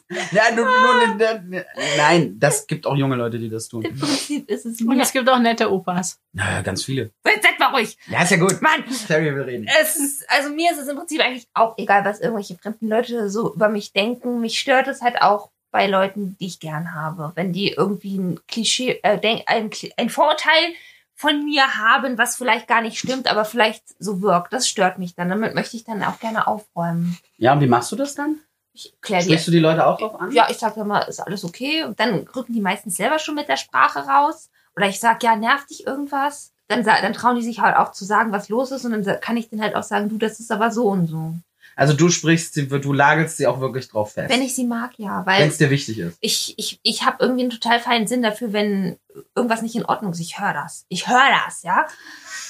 Speaker 3: nein, nur, nur, nur, nein, das gibt auch junge Leute, die das tun.
Speaker 1: Im Prinzip ist es
Speaker 2: Und
Speaker 1: mir.
Speaker 2: es gibt auch nette Opas.
Speaker 3: Naja, ganz viele.
Speaker 1: Jetzt seid mal ruhig.
Speaker 3: Ja, ist ja gut.
Speaker 1: Mann,
Speaker 3: Terry will reden.
Speaker 1: es ist, also mir ist es im Prinzip eigentlich auch egal, was irgendwelche fremden Leute so über mich denken. Mich stört es halt auch bei Leuten, die ich gern habe, wenn die irgendwie ein Klischee, äh, denk, ein, Kli- ein Vorurteil von mir haben, was vielleicht gar nicht stimmt, aber vielleicht so wirkt. Das stört mich dann. Damit möchte ich dann auch gerne aufräumen.
Speaker 3: Ja, und wie machst du das dann?
Speaker 1: Ich klär die
Speaker 3: Sprichst du die Leute auch drauf an?
Speaker 1: Äh, ja, ich sag ja mal, ist alles okay. Und dann rücken die meistens selber schon mit der Sprache raus. Oder ich sag, ja, nervt dich irgendwas? Dann, sa- dann trauen die sich halt auch zu sagen, was los ist. Und dann sa- kann ich denen halt auch sagen, du, das ist aber so und so.
Speaker 3: Also du sprichst sie, du lagelst sie auch wirklich drauf fest.
Speaker 1: Wenn ich sie mag, ja.
Speaker 3: Wenn
Speaker 1: Weil
Speaker 3: es dir wichtig ist.
Speaker 1: ich, ich, ich habe irgendwie einen total feinen Sinn dafür, wenn irgendwas nicht in Ordnung ist. Ich höre das. Ich höre das, ja.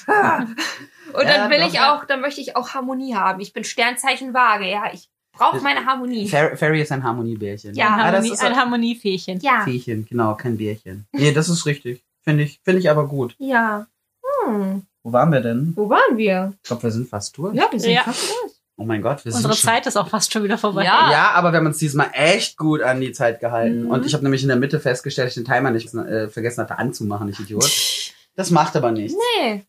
Speaker 1: Ah. *laughs* Und
Speaker 3: Ja,
Speaker 1: dann will
Speaker 3: doch,
Speaker 1: ich
Speaker 3: ja.
Speaker 1: auch, dann möchte ich auch Harmonie haben. Ich bin Sternzeichen Waage, ja. Ich brauche meine Harmonie.
Speaker 3: Fer Ferry ist ein Harmoniebärchen.
Speaker 1: Ja,
Speaker 2: Ein,
Speaker 3: Ah, das
Speaker 2: Harmonie,
Speaker 3: ist
Speaker 2: ein Harmoniefähchen.
Speaker 1: Ja.
Speaker 3: Bärchen, genau, kein Bärchen. Nee, das ist richtig. Finde ich, finde ich aber gut.
Speaker 1: Ja. Hm,
Speaker 3: Wo waren wir denn?
Speaker 1: wo waren wir?
Speaker 3: Ich glaube, wir sind fast durch.
Speaker 1: Ja, wir sind
Speaker 2: Ja.
Speaker 1: fast durch.
Speaker 3: Oh mein Gott, wir
Speaker 2: Unsere
Speaker 3: sind schon-
Speaker 2: Zeit ist auch fast schon wieder vorbei.
Speaker 1: Ja.
Speaker 3: Ja, aber wir haben uns diesmal echt gut an die Zeit gehalten.
Speaker 2: Mhm.
Speaker 3: Und ich habe nämlich in der Mitte festgestellt, dass ich den Timer nicht äh, vergessen hatte anzumachen, ich Idiot. Das macht aber nichts.
Speaker 1: Nee,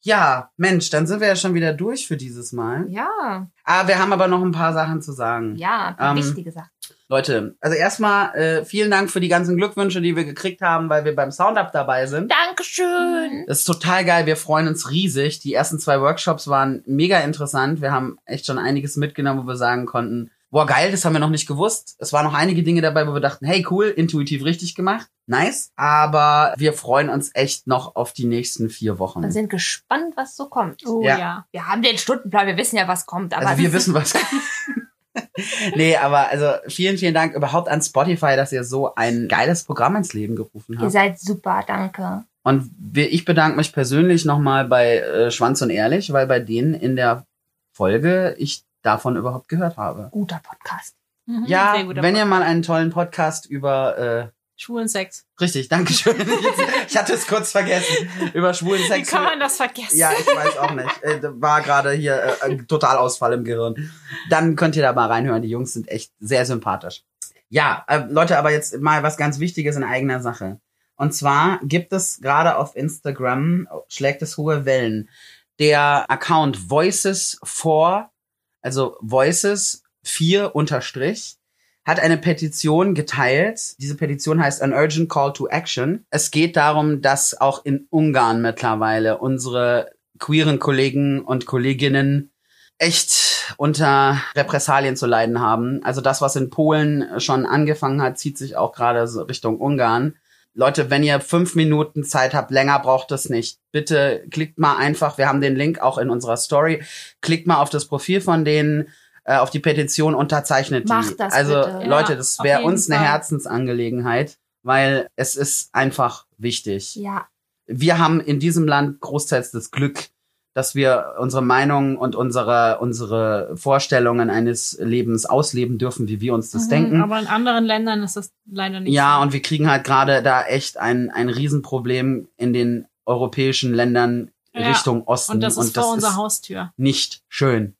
Speaker 3: Ja, Mensch, dann sind wir ja schon wieder durch für dieses Mal.
Speaker 1: ja.
Speaker 3: Ah, wir haben aber noch ein paar Sachen zu sagen.
Speaker 1: Ja,
Speaker 3: Ähm,
Speaker 1: wichtige Sache.
Speaker 3: Leute, also erstmal äh, vielen Dank für die ganzen Glückwünsche, die wir gekriegt haben, weil wir beim Soundup dabei sind.
Speaker 1: Dankeschön.
Speaker 3: Das ist total geil. Wir freuen uns riesig. Die ersten zwei Workshops waren mega interessant. Wir haben echt schon einiges mitgenommen, wo wir sagen konnten, boah, geil, das haben wir noch nicht gewusst. Es waren noch einige Dinge dabei, wo wir dachten, hey, cool, intuitiv richtig gemacht. Nice. Aber wir freuen uns echt noch auf die nächsten vier Wochen.
Speaker 1: Und sind gespannt, was so kommt.
Speaker 2: Oh
Speaker 3: Ja.
Speaker 2: ja.
Speaker 1: Wir haben den Stundenplan, wir wissen ja, was kommt. Aber
Speaker 3: also wir wissen was. *laughs* nee, aber also vielen, vielen Dank überhaupt an Spotify, dass ihr so ein geiles Programm ins Leben gerufen
Speaker 1: ihr
Speaker 3: habt.
Speaker 1: seid super, danke.
Speaker 3: Und wir, ich bedanke mich persönlich nochmal bei äh, Schwanz und Ehrlich, weil bei denen in der Folge ich davon überhaupt gehört habe.
Speaker 1: Guter Podcast.
Speaker 2: Mhm,
Speaker 3: Ja,
Speaker 2: sehr guter
Speaker 3: wenn ihr
Speaker 2: Punkt.
Speaker 3: mal einen tollen Podcast über äh,
Speaker 2: Schwulen Sex. *laughs*
Speaker 3: richtig, Dankeschön. Jetzt- ich hatte es kurz vergessen über schwulen
Speaker 2: Wie
Speaker 3: Sex.
Speaker 2: kann man das vergessen?
Speaker 3: ja, ich weiß auch nicht. Äh, da war gerade hier äh, ein Totalausfall im Gehirn. Dann könnt ihr da mal reinhören. Die Jungs sind echt sehr sympathisch. Ja, äh, Leute, aber jetzt mal was ganz Wichtiges in eigener Sache. Und zwar gibt es gerade auf Instagram, oh, schlägt es hohe Wellen, der Account Voices 4, also Voices 4 unterstrich, hat eine Petition geteilt. Diese Petition heißt An Urgent Call to Action. Es geht darum, dass auch in Ungarn mittlerweile unsere queeren Kollegen und Kolleginnen echt unter Repressalien zu leiden haben. Also das, was in Polen schon angefangen hat, zieht sich auch gerade so Richtung Ungarn. Leute, wenn ihr fünf Minuten Zeit habt, länger braucht es nicht. Bitte klickt mal einfach, wir haben den Link auch in unserer Story, klickt mal auf das Profil von denen, äh, auf die Petition, unterzeichnet die.
Speaker 1: Macht das
Speaker 3: also
Speaker 1: bitte.
Speaker 3: Leute,
Speaker 2: Ja,
Speaker 3: das
Speaker 2: auf
Speaker 3: wäre
Speaker 2: jeden
Speaker 3: uns eine
Speaker 2: Fall.
Speaker 3: Herzensangelegenheit, weil es ist einfach wichtig
Speaker 1: Ja,
Speaker 3: wir haben in diesem Land großteils das Glück, dass wir unsere Meinungen und unsere, unsere Vorstellungen eines Lebens ausleben dürfen, wie wir uns das
Speaker 2: Mhm,
Speaker 3: denken.
Speaker 2: Aber in anderen Ländern ist das leider nicht
Speaker 3: Ja,
Speaker 2: so.
Speaker 3: und wir kriegen halt gerade da echt ein, ein Riesenproblem in den europäischen Ländern
Speaker 2: Ja,
Speaker 3: Richtung Osten.
Speaker 2: und das ist vor unserer Haustür.
Speaker 3: nicht schön.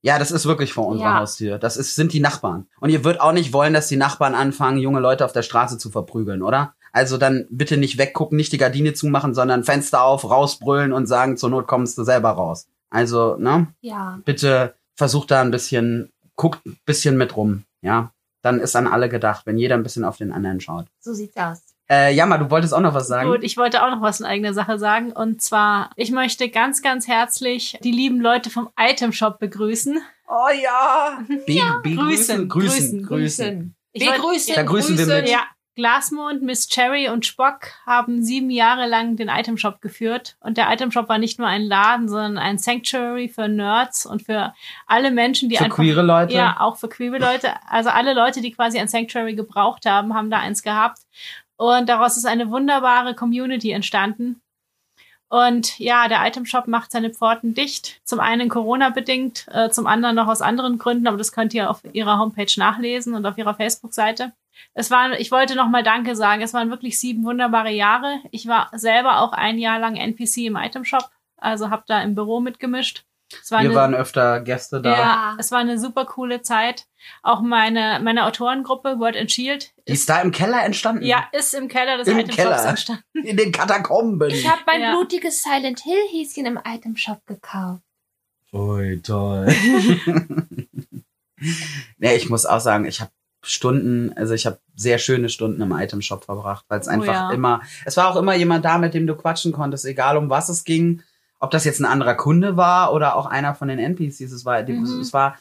Speaker 3: Ja, das ist wirklich vor unserer
Speaker 1: Ja.
Speaker 3: Haustür. Das ist, sind die Nachbarn. Und ihr würdet auch nicht wollen, dass die Nachbarn anfangen, junge Leute auf der Straße zu verprügeln, oder? Also dann bitte nicht weggucken, nicht die Gardine zumachen, sondern Fenster auf, rausbrüllen und sagen, zur Not kommst du selber raus. Also, ne?
Speaker 1: ja.
Speaker 3: Bitte versucht da ein bisschen, guckt ein bisschen mit rum, ja? Dann ist an alle gedacht, wenn jeder ein bisschen auf den anderen schaut.
Speaker 1: So sieht's aus.
Speaker 3: Äh, Jammer, du wolltest auch noch was sagen?
Speaker 2: Gut, ich wollte auch noch was in eigener Sache sagen. Und zwar, ich möchte ganz, ganz herzlich die lieben Leute vom Item Shop begrüßen.
Speaker 3: Oh ja! Be be
Speaker 2: Grüßen,
Speaker 3: grüßen, grüßen, grüßen.
Speaker 2: grüßen,
Speaker 1: Wir
Speaker 2: wollt-
Speaker 1: grüßen,
Speaker 3: Da grüßen wir mit.
Speaker 2: Ja, Glasmond, Miss Cherry und Spock haben sieben Jahre lang den Item Shop geführt. Und der Item Shop war nicht nur ein Laden, sondern ein Sanctuary für Nerds und für alle Menschen, die
Speaker 3: Für
Speaker 2: einfach.
Speaker 3: queere Leute.
Speaker 2: Ja, auch für queere Leute. Also alle Leute, die quasi ein Sanctuary gebraucht haben, haben da eins gehabt. Und daraus ist eine wunderbare Community entstanden. Und ja, der Item Shop macht seine Pforten dicht. Zum einen Corona-bedingt, äh, zum anderen noch aus anderen Gründen, aber das könnt ihr auf ihrer Homepage nachlesen und auf ihrer Facebook-Seite. Es waren, ich wollte nochmal Danke sagen. Es waren wirklich sieben wunderbare Jahre. Ich war selber auch ein Jahr lang NPC im Item Shop, also habe da im Büro mitgemischt. Es war
Speaker 3: Wir
Speaker 2: eine-
Speaker 3: waren öfter Gäste da.
Speaker 1: Ja.
Speaker 2: ja, es war eine super coole Zeit. Auch meine, meine Autorengruppe Word and Shield
Speaker 3: Die ist da im Keller entstanden.
Speaker 2: ja, ist im Keller des
Speaker 3: Mhm. Im
Speaker 2: Item Shops
Speaker 3: Keller.
Speaker 2: entstanden.
Speaker 3: In den Katakomben.
Speaker 1: Ich habe mein
Speaker 2: Ja.
Speaker 1: blutiges Silent Hill Häschen im Item Shop gekauft.
Speaker 3: Ui, toll. nee, ich muss auch sagen, ich habe Stunden, also ich habe sehr schöne Stunden im Itemshop verbracht, weil es
Speaker 2: Oh,
Speaker 3: einfach
Speaker 2: ja.
Speaker 3: immer, es war auch immer jemand da, mit dem du quatschen konntest, egal um was es ging, ob das jetzt ein anderer Kunde war oder auch einer von den NPCs. Es war,
Speaker 2: Mhm.
Speaker 3: es war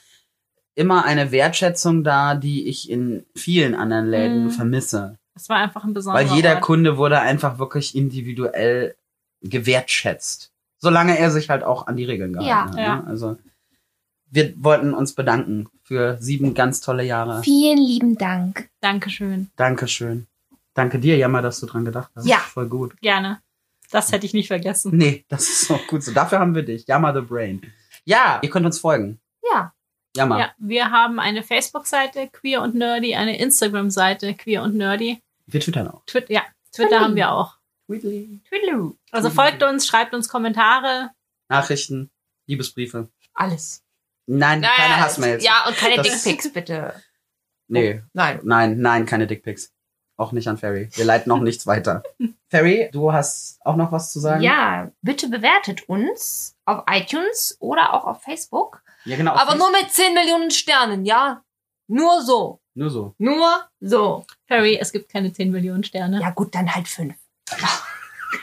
Speaker 3: immer eine Wertschätzung da, die ich in vielen anderen Läden
Speaker 2: Mhm.
Speaker 3: vermisse.
Speaker 2: Es war einfach ein besonderer
Speaker 3: Weil
Speaker 1: halt.
Speaker 3: jeder
Speaker 2: Ort.
Speaker 3: Kunde wurde einfach wirklich individuell gewertschätzt. Solange er sich halt auch an die Regeln gehalten
Speaker 1: Ja.
Speaker 3: hat.
Speaker 2: Ja.
Speaker 3: Ne? Also wir wollten uns bedanken für sieben ganz tolle Jahre.
Speaker 1: Vielen lieben Dank.
Speaker 2: Dankeschön.
Speaker 3: Dankeschön. Danke dir, Jammer, dass du dran gedacht hast.
Speaker 1: Ja.
Speaker 3: Voll gut.
Speaker 2: Gerne. Das hätte ich nicht vergessen.
Speaker 3: Nee, das ist auch gut so. Dafür haben wir dich. Jammer the Brain. Ja, ihr könnt uns folgen.
Speaker 1: Ja.
Speaker 3: Jammer.
Speaker 2: Ja, wir haben eine Facebook-Seite, Queer und Nerdy, eine Instagram-Seite, Queer und Nerdy.
Speaker 3: Wir twittern auch.
Speaker 2: Twitter, ja, Twitter haben wir auch.
Speaker 3: Tweetly.
Speaker 1: Twiddloo.
Speaker 2: Also folgt uns, schreibt uns Kommentare.
Speaker 3: Nachrichten, Liebesbriefe.
Speaker 1: Alles.
Speaker 3: Nein, keine
Speaker 1: Naja,
Speaker 3: Hassmails.
Speaker 1: Ja, und keine
Speaker 3: Das-
Speaker 1: Dickpics, bitte.
Speaker 3: Nee,
Speaker 1: Nein.
Speaker 3: nein, nein, keine Dickpics. Auch nicht an Ferry. Wir leiten noch nichts weiter. *laughs* Ferry, du hast auch noch was zu sagen?
Speaker 1: Ja, bitte bewertet uns auf iTunes oder auch auf Facebook.
Speaker 3: Ja, genau.
Speaker 1: aber nur mit 10 Millionen Sternen, ja? Nur so.
Speaker 3: Nur so.
Speaker 1: Nur so.
Speaker 2: Harry, es gibt keine 10 Millionen Sterne.
Speaker 1: Ja gut, dann halt fünf. *laughs*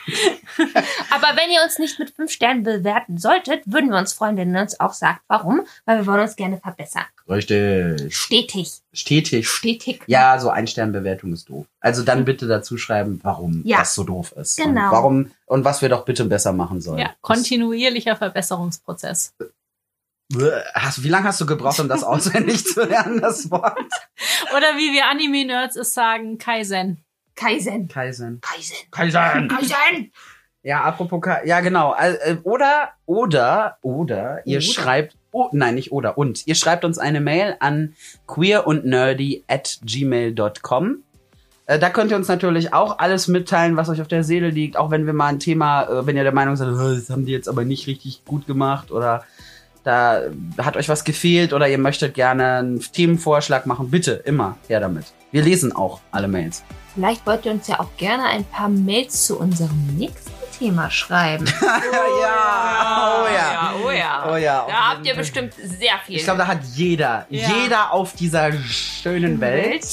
Speaker 1: Aber wenn ihr uns nicht mit fünf Sternen bewerten solltet, würden wir uns freuen, wenn ihr uns auch sagt, warum. Weil wir wollen uns gerne verbessern.
Speaker 3: Richtig.
Speaker 1: Stetig.
Speaker 3: Stetig.
Speaker 1: Stetig.
Speaker 3: Ja, so Ein-Stern-Bewertung ist doof. Also dann bitte dazu schreiben, warum
Speaker 1: Ja.
Speaker 3: das so doof ist.
Speaker 1: Genau.
Speaker 3: Und warum und was wir doch bitte besser machen sollen.
Speaker 2: Ja,
Speaker 3: Das-
Speaker 2: kontinuierlicher Verbesserungsprozess.
Speaker 3: Bäh. hast, wie lange hast du gebraucht, um das *laughs* auswendig zu lernen, das Wort?
Speaker 2: Oder wie wir Anime-Nerds es sagen, Kaizen.
Speaker 1: Kaizen.
Speaker 3: Kaisen.
Speaker 1: Kaizen.
Speaker 3: Kaisen!
Speaker 1: Kaizen.
Speaker 3: Ja, apropos Ka Ja, genau. Al- äh, Oder, oder, oder, ihr
Speaker 1: Oder.
Speaker 3: schreibt. Oh, nein, nicht oder. Und. Ihr schreibt uns eine Mail an queerundnerdy at gmail.com. Äh, Da könnt ihr uns natürlich auch alles mitteilen, was euch auf der Seele liegt. Auch wenn wir mal ein Thema, äh, wenn ihr der Meinung seid, "Äh, das haben die jetzt aber nicht richtig gut gemacht oder da äh, hat euch was gefehlt oder ihr möchtet gerne einen Themenvorschlag machen, bitte immer her damit. Wir lesen auch alle Mails.
Speaker 1: Vielleicht wollt ihr uns ja auch gerne ein paar Mails zu unserem nächsten Thema schreiben.
Speaker 3: *laughs* ja,
Speaker 1: oh ja.
Speaker 3: Oh ja, auf
Speaker 1: Da habt
Speaker 3: jeden
Speaker 1: ihr
Speaker 3: Fall.
Speaker 1: bestimmt sehr viel.
Speaker 3: Ich glaube, da hat jeder,
Speaker 2: Ja.
Speaker 3: jeder auf dieser schönen Welt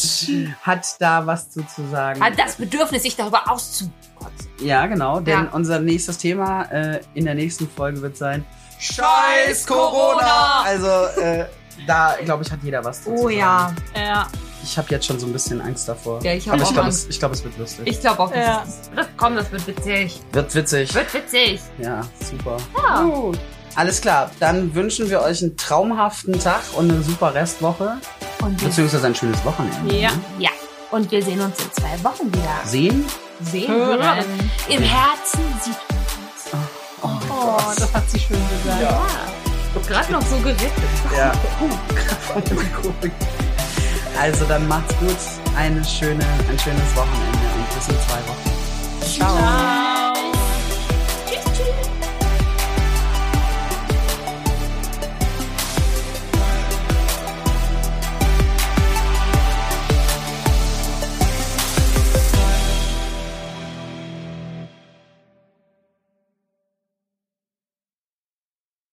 Speaker 3: hat da was zu, zu sagen.
Speaker 1: Mhm. hat das Bedürfnis, sich darüber auszukotzen.
Speaker 3: ja, genau, denn
Speaker 1: Ja.
Speaker 3: unser nächstes Thema äh, in der nächsten Folge wird sein
Speaker 1: Scheiß Corona! Oh
Speaker 3: Also, äh, da, glaube ich, hat jeder was zu, zu sagen.
Speaker 2: Ja,
Speaker 3: Ich habe jetzt schon so ein bisschen Angst davor.
Speaker 1: Ja, ich hab
Speaker 3: Aber ich
Speaker 1: auch
Speaker 3: glaube,
Speaker 1: Angst.
Speaker 3: es, ich glaub, es wird lustig.
Speaker 1: Ich glaube auch, das,
Speaker 2: Ja.
Speaker 1: ist, das kommt, das wird witzig.
Speaker 3: wird witzig.
Speaker 1: Wird witzig.
Speaker 3: Ja, super.
Speaker 1: Ja.
Speaker 3: Gut. Alles klar, dann wünschen wir euch einen traumhaften Tag und eine super Restwoche.
Speaker 1: Und wir,
Speaker 3: Beziehungsweise ein schönes Wochenende.
Speaker 2: Ja.
Speaker 3: ne?
Speaker 1: ja. Und wir sehen uns in zwei Wochen wieder.
Speaker 3: Sehen?
Speaker 1: Sehen, hören.
Speaker 2: hören.
Speaker 1: Im Herzen sieht man uns.
Speaker 3: Oh mein
Speaker 2: Oh, das hat sie schön gesagt.
Speaker 3: Ja.
Speaker 1: Gerade noch so gerettet.
Speaker 3: Ja. Also dann macht's gut, eine schöne, ein schönes Wochenende und bis in zwei Wochen. Ciao.
Speaker 2: Ciao.